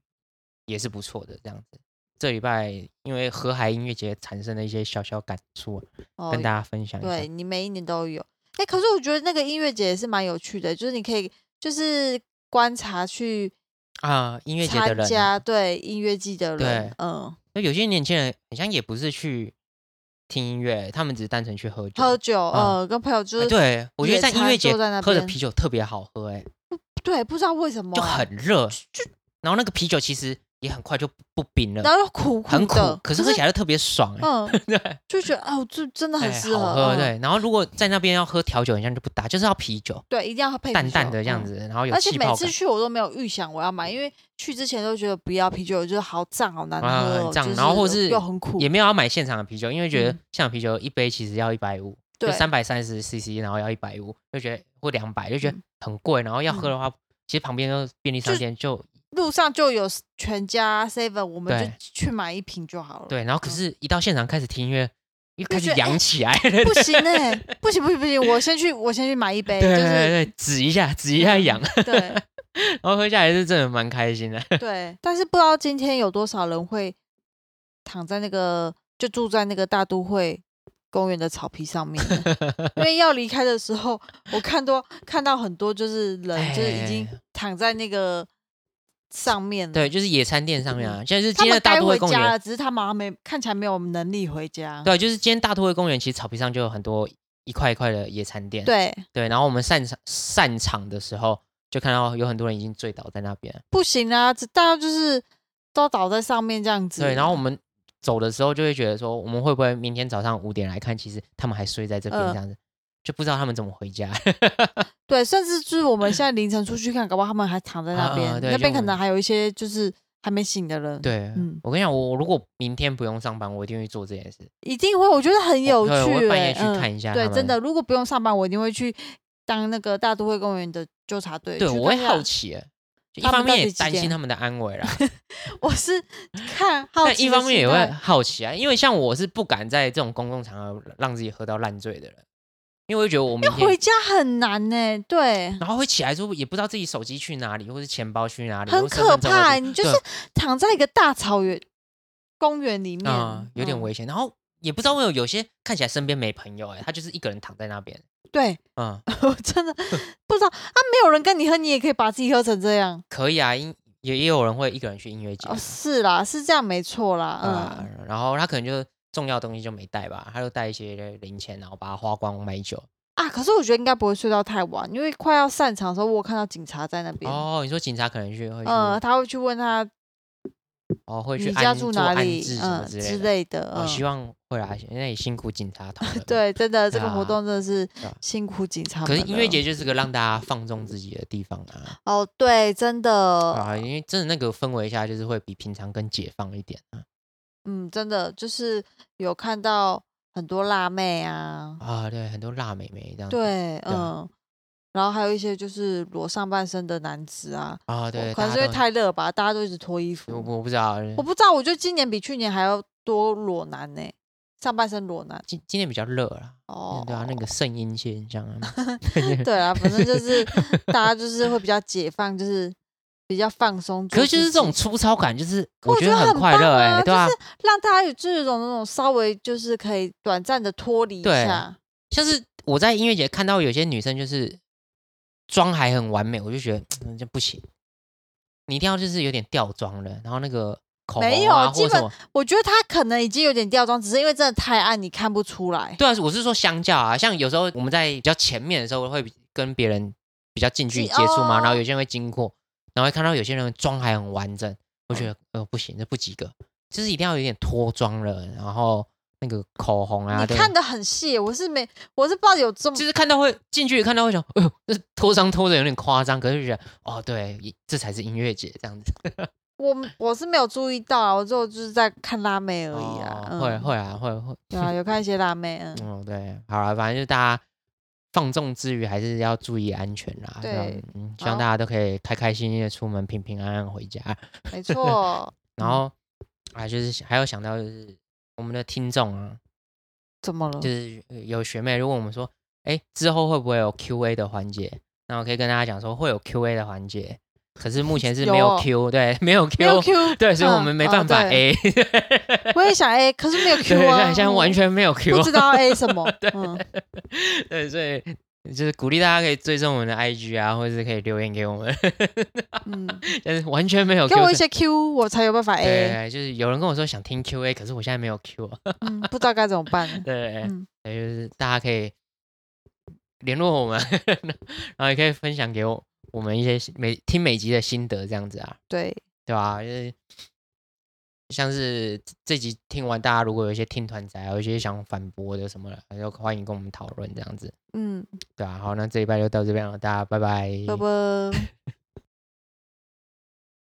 [SPEAKER 1] 也是不错的。这样子，这礼拜因为河海音乐节产生了一些小小感触啊，
[SPEAKER 2] 哦
[SPEAKER 1] 跟大家分享一
[SPEAKER 2] 对
[SPEAKER 1] 下。
[SPEAKER 2] 你每一年都有。哎、可是我觉得那个音乐节也是蛮有趣的，就是你可以就是观察去
[SPEAKER 1] 啊，音乐节的
[SPEAKER 2] 参
[SPEAKER 1] 人啊、
[SPEAKER 2] 加对音乐季的人
[SPEAKER 1] 对，
[SPEAKER 2] 嗯，
[SPEAKER 1] 那有些年轻人好像也不是去听音乐，他们只是单纯去喝酒。
[SPEAKER 2] 喝酒，
[SPEAKER 1] 啊
[SPEAKER 2] 呃，跟朋友就
[SPEAKER 1] 哎
[SPEAKER 2] 是、
[SPEAKER 1] 对，我觉
[SPEAKER 2] 野
[SPEAKER 1] 得在音
[SPEAKER 2] 餐
[SPEAKER 1] 乐节
[SPEAKER 2] 坐在那
[SPEAKER 1] 喝的
[SPEAKER 2] 边
[SPEAKER 1] 啤酒特别好喝、哎，
[SPEAKER 2] 对，不知道为什么
[SPEAKER 1] 就
[SPEAKER 2] 欸
[SPEAKER 1] 很热，然后那个啤酒其实也很快就不不冰
[SPEAKER 2] 然
[SPEAKER 1] 了，
[SPEAKER 2] 后又苦苦
[SPEAKER 1] 很苦
[SPEAKER 2] 的，，
[SPEAKER 1] 可是喝起来就特别爽、哎，
[SPEAKER 2] 嗯，
[SPEAKER 1] 对，
[SPEAKER 2] 就觉得哦，这真的很
[SPEAKER 1] 哎
[SPEAKER 2] 适合，
[SPEAKER 1] 好喝。
[SPEAKER 2] 嗯、
[SPEAKER 1] 对，然后如果在那边要喝调酒，好像就不搭，就是要啤酒，
[SPEAKER 2] 对一定要配啤
[SPEAKER 1] 淡淡
[SPEAKER 2] 酒
[SPEAKER 1] 的这样。
[SPEAKER 2] 嗯
[SPEAKER 1] 子，然后有
[SPEAKER 2] 而且
[SPEAKER 1] 气
[SPEAKER 2] 每
[SPEAKER 1] 泡
[SPEAKER 2] 次
[SPEAKER 1] 感
[SPEAKER 2] 去我都没有预想我要买，因为去之前都觉得不要啤酒，就是好胀好难喝
[SPEAKER 1] 啊
[SPEAKER 2] 哦、
[SPEAKER 1] 很胀
[SPEAKER 2] 就
[SPEAKER 1] 然后或是
[SPEAKER 2] 又很苦
[SPEAKER 1] 也，没有要买现场的啤酒，因为觉得
[SPEAKER 2] 嗯
[SPEAKER 1] 现场啤酒一杯其实要一百五，就
[SPEAKER 2] 对
[SPEAKER 1] 三百三十 CC，然后要一百五，就觉得或两百，就觉得
[SPEAKER 2] 嗯
[SPEAKER 1] 很贵。然后要喝的话，其实旁边就便利商
[SPEAKER 2] 就
[SPEAKER 1] 店就
[SPEAKER 2] 路上就有全家 seven，我们就
[SPEAKER 1] 对
[SPEAKER 2] 去买一瓶就好了。，
[SPEAKER 1] 对，然后可
[SPEAKER 2] 嗯
[SPEAKER 1] 是一到现场开始听音乐，又开始
[SPEAKER 2] 觉得哎
[SPEAKER 1] 扬起来，对
[SPEAKER 2] 不行哎、不行不行不行，我先去我先去买一杯，就
[SPEAKER 1] 对
[SPEAKER 2] 是嗯
[SPEAKER 1] 对，对指一下指一下扬，
[SPEAKER 2] 对
[SPEAKER 1] 然后喝下来是真的蛮开 心的。
[SPEAKER 2] 对。但是不知道今天有多少人会躺在那个就住在那个大都会公园的草皮上面呢，因为要离开的时候，我看多看到很多就是人就是已经
[SPEAKER 1] 哎
[SPEAKER 2] 躺在那个上面了。
[SPEAKER 1] 对，就是野餐垫上面啊，现在就是
[SPEAKER 2] 他
[SPEAKER 1] 今天
[SPEAKER 2] 们
[SPEAKER 1] 的大
[SPEAKER 2] 该
[SPEAKER 1] 都
[SPEAKER 2] 回
[SPEAKER 1] 会公
[SPEAKER 2] 家
[SPEAKER 1] 园
[SPEAKER 2] 了，只是他们好像没看起来没有能力回家。
[SPEAKER 1] 对，就是今天大都会公园，其实草皮上就有很多一块一块的野餐垫。
[SPEAKER 2] 对，
[SPEAKER 1] 对然后我们散场散场的时候，就看到有很多人已经醉倒在那边。
[SPEAKER 2] 不行啊，这大家就是都倒在上面这样子。
[SPEAKER 1] 对，然后我们走的时候就会觉得说，我们会不会明天早上五点来看，其实他们还睡在这边
[SPEAKER 2] 嗯
[SPEAKER 1] 这样子。就不知道他们怎么回家，
[SPEAKER 2] 对，甚至就是我们现在凌晨出去看，搞不好他们还躺在那边，
[SPEAKER 1] 啊啊对
[SPEAKER 2] 那边
[SPEAKER 1] 就
[SPEAKER 2] 可能还有一些就是还没醒的人，，
[SPEAKER 1] 对，
[SPEAKER 2] 嗯
[SPEAKER 1] 我跟你讲，我我如果明天不用上班，我一定会做这件事。
[SPEAKER 2] 一定会，我觉得很有趣、
[SPEAKER 1] 哦对
[SPEAKER 2] 欸。
[SPEAKER 1] 我会半夜去
[SPEAKER 2] 嗯
[SPEAKER 1] 看一下他
[SPEAKER 2] 对，
[SPEAKER 1] 们
[SPEAKER 2] 真的，如果不用上班，我一定会去当那个大都会公园的纠察队。
[SPEAKER 1] 对，
[SPEAKER 2] 去
[SPEAKER 1] 我会
[SPEAKER 2] 看看
[SPEAKER 1] 好，奇欸，就一
[SPEAKER 2] 他们
[SPEAKER 1] 方面
[SPEAKER 2] 到
[SPEAKER 1] 也
[SPEAKER 2] 底几
[SPEAKER 1] 担心
[SPEAKER 2] 点
[SPEAKER 1] 他们的安危啦，
[SPEAKER 2] 我是看好
[SPEAKER 1] 但
[SPEAKER 2] 奇，
[SPEAKER 1] 一方面也会。好奇啊，因为像我是不敢在这种公共场合让自己喝到烂醉的人，因为我会觉得我明
[SPEAKER 2] 回
[SPEAKER 1] 天，
[SPEAKER 2] 家很难呢、 对，
[SPEAKER 1] 然后会起来之后也不知道自己手机去哪里，或是钱包去哪里，
[SPEAKER 2] 很
[SPEAKER 1] 或身
[SPEAKER 2] 可
[SPEAKER 1] 份证会
[SPEAKER 2] 怕欸、
[SPEAKER 1] 不
[SPEAKER 2] 你就
[SPEAKER 1] 对
[SPEAKER 2] 是躺在一个大草原公园里面，
[SPEAKER 1] 啊、有点
[SPEAKER 2] 嗯
[SPEAKER 1] 危险。然后也不知道为什么有些看起来身边没朋友、欸，他就是一个人躺在那边，
[SPEAKER 2] 对，
[SPEAKER 1] 嗯，
[SPEAKER 2] 我 真的不知道啊，没有人跟你喝，你也可以把自己喝成这样。
[SPEAKER 1] 可以啊，因也也有人会一个人去音乐节
[SPEAKER 2] 哦，是啦，是这样没错啦，嗯，
[SPEAKER 1] 啊、然后他可能就重要的东西就没带吧，他就带一些零钱，然后把它花光买酒。
[SPEAKER 2] 啊，可是我觉得应该不会睡到太晚，因为快要散场的时候，我有看到警察在那边，
[SPEAKER 1] 哦，你说警察可能去会去、
[SPEAKER 2] 呃，他会去问他
[SPEAKER 1] 哦会去
[SPEAKER 2] 呃你
[SPEAKER 1] 安
[SPEAKER 2] 家住
[SPEAKER 1] 做
[SPEAKER 2] 哪
[SPEAKER 1] 安
[SPEAKER 2] 里，
[SPEAKER 1] 置什么
[SPEAKER 2] 嗯
[SPEAKER 1] 之
[SPEAKER 2] 之
[SPEAKER 1] 类的。
[SPEAKER 2] 类的，
[SPEAKER 1] 我、希
[SPEAKER 2] 嗯，
[SPEAKER 1] 望会啦，那也辛苦警察同仁。
[SPEAKER 2] 对，真的这个活
[SPEAKER 1] 啊
[SPEAKER 2] 动真的是
[SPEAKER 1] 对啊
[SPEAKER 2] 辛苦警察们
[SPEAKER 1] 可
[SPEAKER 2] 了。
[SPEAKER 1] 是音乐节就是个让大家放纵自己的地方啊，
[SPEAKER 2] 哦，对，真的，
[SPEAKER 1] 啊，因为真的那个氛围下，就是会比平常更解放一点啊。
[SPEAKER 2] 嗯，真的就是有看到很多辣妹啊，
[SPEAKER 1] 啊，对，很多辣妹妹这样子。
[SPEAKER 2] 对，
[SPEAKER 1] 对啊
[SPEAKER 2] 嗯，然后还有一些就是裸上半身的男子啊，
[SPEAKER 1] 啊，对，
[SPEAKER 2] 可能
[SPEAKER 1] 大家
[SPEAKER 2] 是因为
[SPEAKER 1] 都
[SPEAKER 2] 太热吧，大家都一直脱衣
[SPEAKER 1] 我
[SPEAKER 2] 服。
[SPEAKER 1] 我不知道，
[SPEAKER 2] 我不知道，我觉得今年比去年还要多裸男呢、上半身裸男。
[SPEAKER 1] 今今天比较热啦，
[SPEAKER 2] 哦，
[SPEAKER 1] 对啊，那个肾阴现象 啊，
[SPEAKER 2] 对啊，反正就是大家就是会比较解放，就是比较放松做
[SPEAKER 1] 可
[SPEAKER 2] 自
[SPEAKER 1] 是
[SPEAKER 2] 己。
[SPEAKER 1] 就是这种粗糙感，就是
[SPEAKER 2] 可我
[SPEAKER 1] 觉
[SPEAKER 2] 觉得
[SPEAKER 1] 很
[SPEAKER 2] 很
[SPEAKER 1] 快
[SPEAKER 2] 棒
[SPEAKER 1] 乐哎、
[SPEAKER 2] 啊
[SPEAKER 1] 对吧、
[SPEAKER 2] 就让大家有就是有种那种稍微就是可以短暂的脱离一
[SPEAKER 1] 对
[SPEAKER 2] 下。
[SPEAKER 1] 像是我在音乐节看到有些女生就是妆还很完美，我就觉得嗯这不行，你一定要就是有点掉妆了，然后那个口
[SPEAKER 2] 没
[SPEAKER 1] 红啊
[SPEAKER 2] 有基
[SPEAKER 1] 或者什
[SPEAKER 2] 本
[SPEAKER 1] 么，
[SPEAKER 2] 我觉得他可能已经有点掉妆，只是因为真的太暗，你看不出来。
[SPEAKER 1] 对啊，我是说相较啊，像有时候我们在比较前面的时候会比跟别人比较近距离
[SPEAKER 2] 近
[SPEAKER 1] 接触嘛，
[SPEAKER 2] 哦
[SPEAKER 1] 然后有些人会经过，然后会看到有些人妆还很完整，我
[SPEAKER 2] 嗯
[SPEAKER 1] 觉得呃不行，这不及格，就是一定要有点脱妆了，然后那个口红啊，
[SPEAKER 2] 你
[SPEAKER 1] 对
[SPEAKER 2] 看的很细，我是没，我是不知道有这么
[SPEAKER 1] 就是看到会近距离看到会想，哎呦，这脱妆脱的有点夸张，可是就觉得哦，对，一这才是音乐节这样子。
[SPEAKER 2] 我我是没有注意到啊，我只有就是在看辣妹而已啊。
[SPEAKER 1] 哦
[SPEAKER 2] 嗯、
[SPEAKER 1] 会会啊，会会，
[SPEAKER 2] 对啊，有看一些辣妹，嗯，
[SPEAKER 1] 嗯，对，好了，反正就大家放纵之余还是要注意安全啦。
[SPEAKER 2] 对
[SPEAKER 1] 这样，嗯，希望
[SPEAKER 2] 好
[SPEAKER 1] 大家都可以开开心心的出门，平平安安回家。
[SPEAKER 2] 没错。
[SPEAKER 1] 然后啊，就是还有想到就是我们的听众啊，
[SPEAKER 2] 怎么了？
[SPEAKER 1] 就是有学妹就问我们说，哎，之后会不会有 Q A 的环节？那我可以跟大家讲说，会有 Q A 的环节，可是目前是没有
[SPEAKER 2] 有哦
[SPEAKER 1] Q，对，没有 Q，
[SPEAKER 2] 没有 Q，
[SPEAKER 1] 对，所以我
[SPEAKER 2] 嗯
[SPEAKER 1] 们没
[SPEAKER 2] 哦
[SPEAKER 1] 办法
[SPEAKER 2] 对
[SPEAKER 1] A，、
[SPEAKER 2] 我也想 A，可是没有 Q
[SPEAKER 1] 对，
[SPEAKER 2] 啊，
[SPEAKER 1] 现在完
[SPEAKER 2] 嗯
[SPEAKER 1] 全没有 Q，
[SPEAKER 2] 不知道 A 什 么。嗯，
[SPEAKER 1] 对，所以就是鼓励大家可以追踪我们的 IG 啊，或者是可以留言给我们，
[SPEAKER 2] 嗯，
[SPEAKER 1] 但是完全没有 Q，
[SPEAKER 2] 给我一哎
[SPEAKER 1] 所
[SPEAKER 2] 些 Q，我才有办法
[SPEAKER 1] 以对
[SPEAKER 2] A。
[SPEAKER 1] 就是有人跟我说想听 QA，可是我现在没有 Q，啊
[SPEAKER 2] 嗯，不知道该怎么办。
[SPEAKER 1] 对，
[SPEAKER 2] 嗯
[SPEAKER 1] 所以就是大家可以联络我们， 然后也可以分享给我我们一些每听每集的心得这样子啊，
[SPEAKER 2] 对，
[SPEAKER 1] 对吧、就是像是这这集听完，大家如果有一些听团仔啊，有一些想反驳的什么的，就欢迎跟我们讨论这样子，
[SPEAKER 2] 嗯，
[SPEAKER 1] 对啊，好，那这礼拜就到这边了，大家拜拜，
[SPEAKER 2] 啵啵。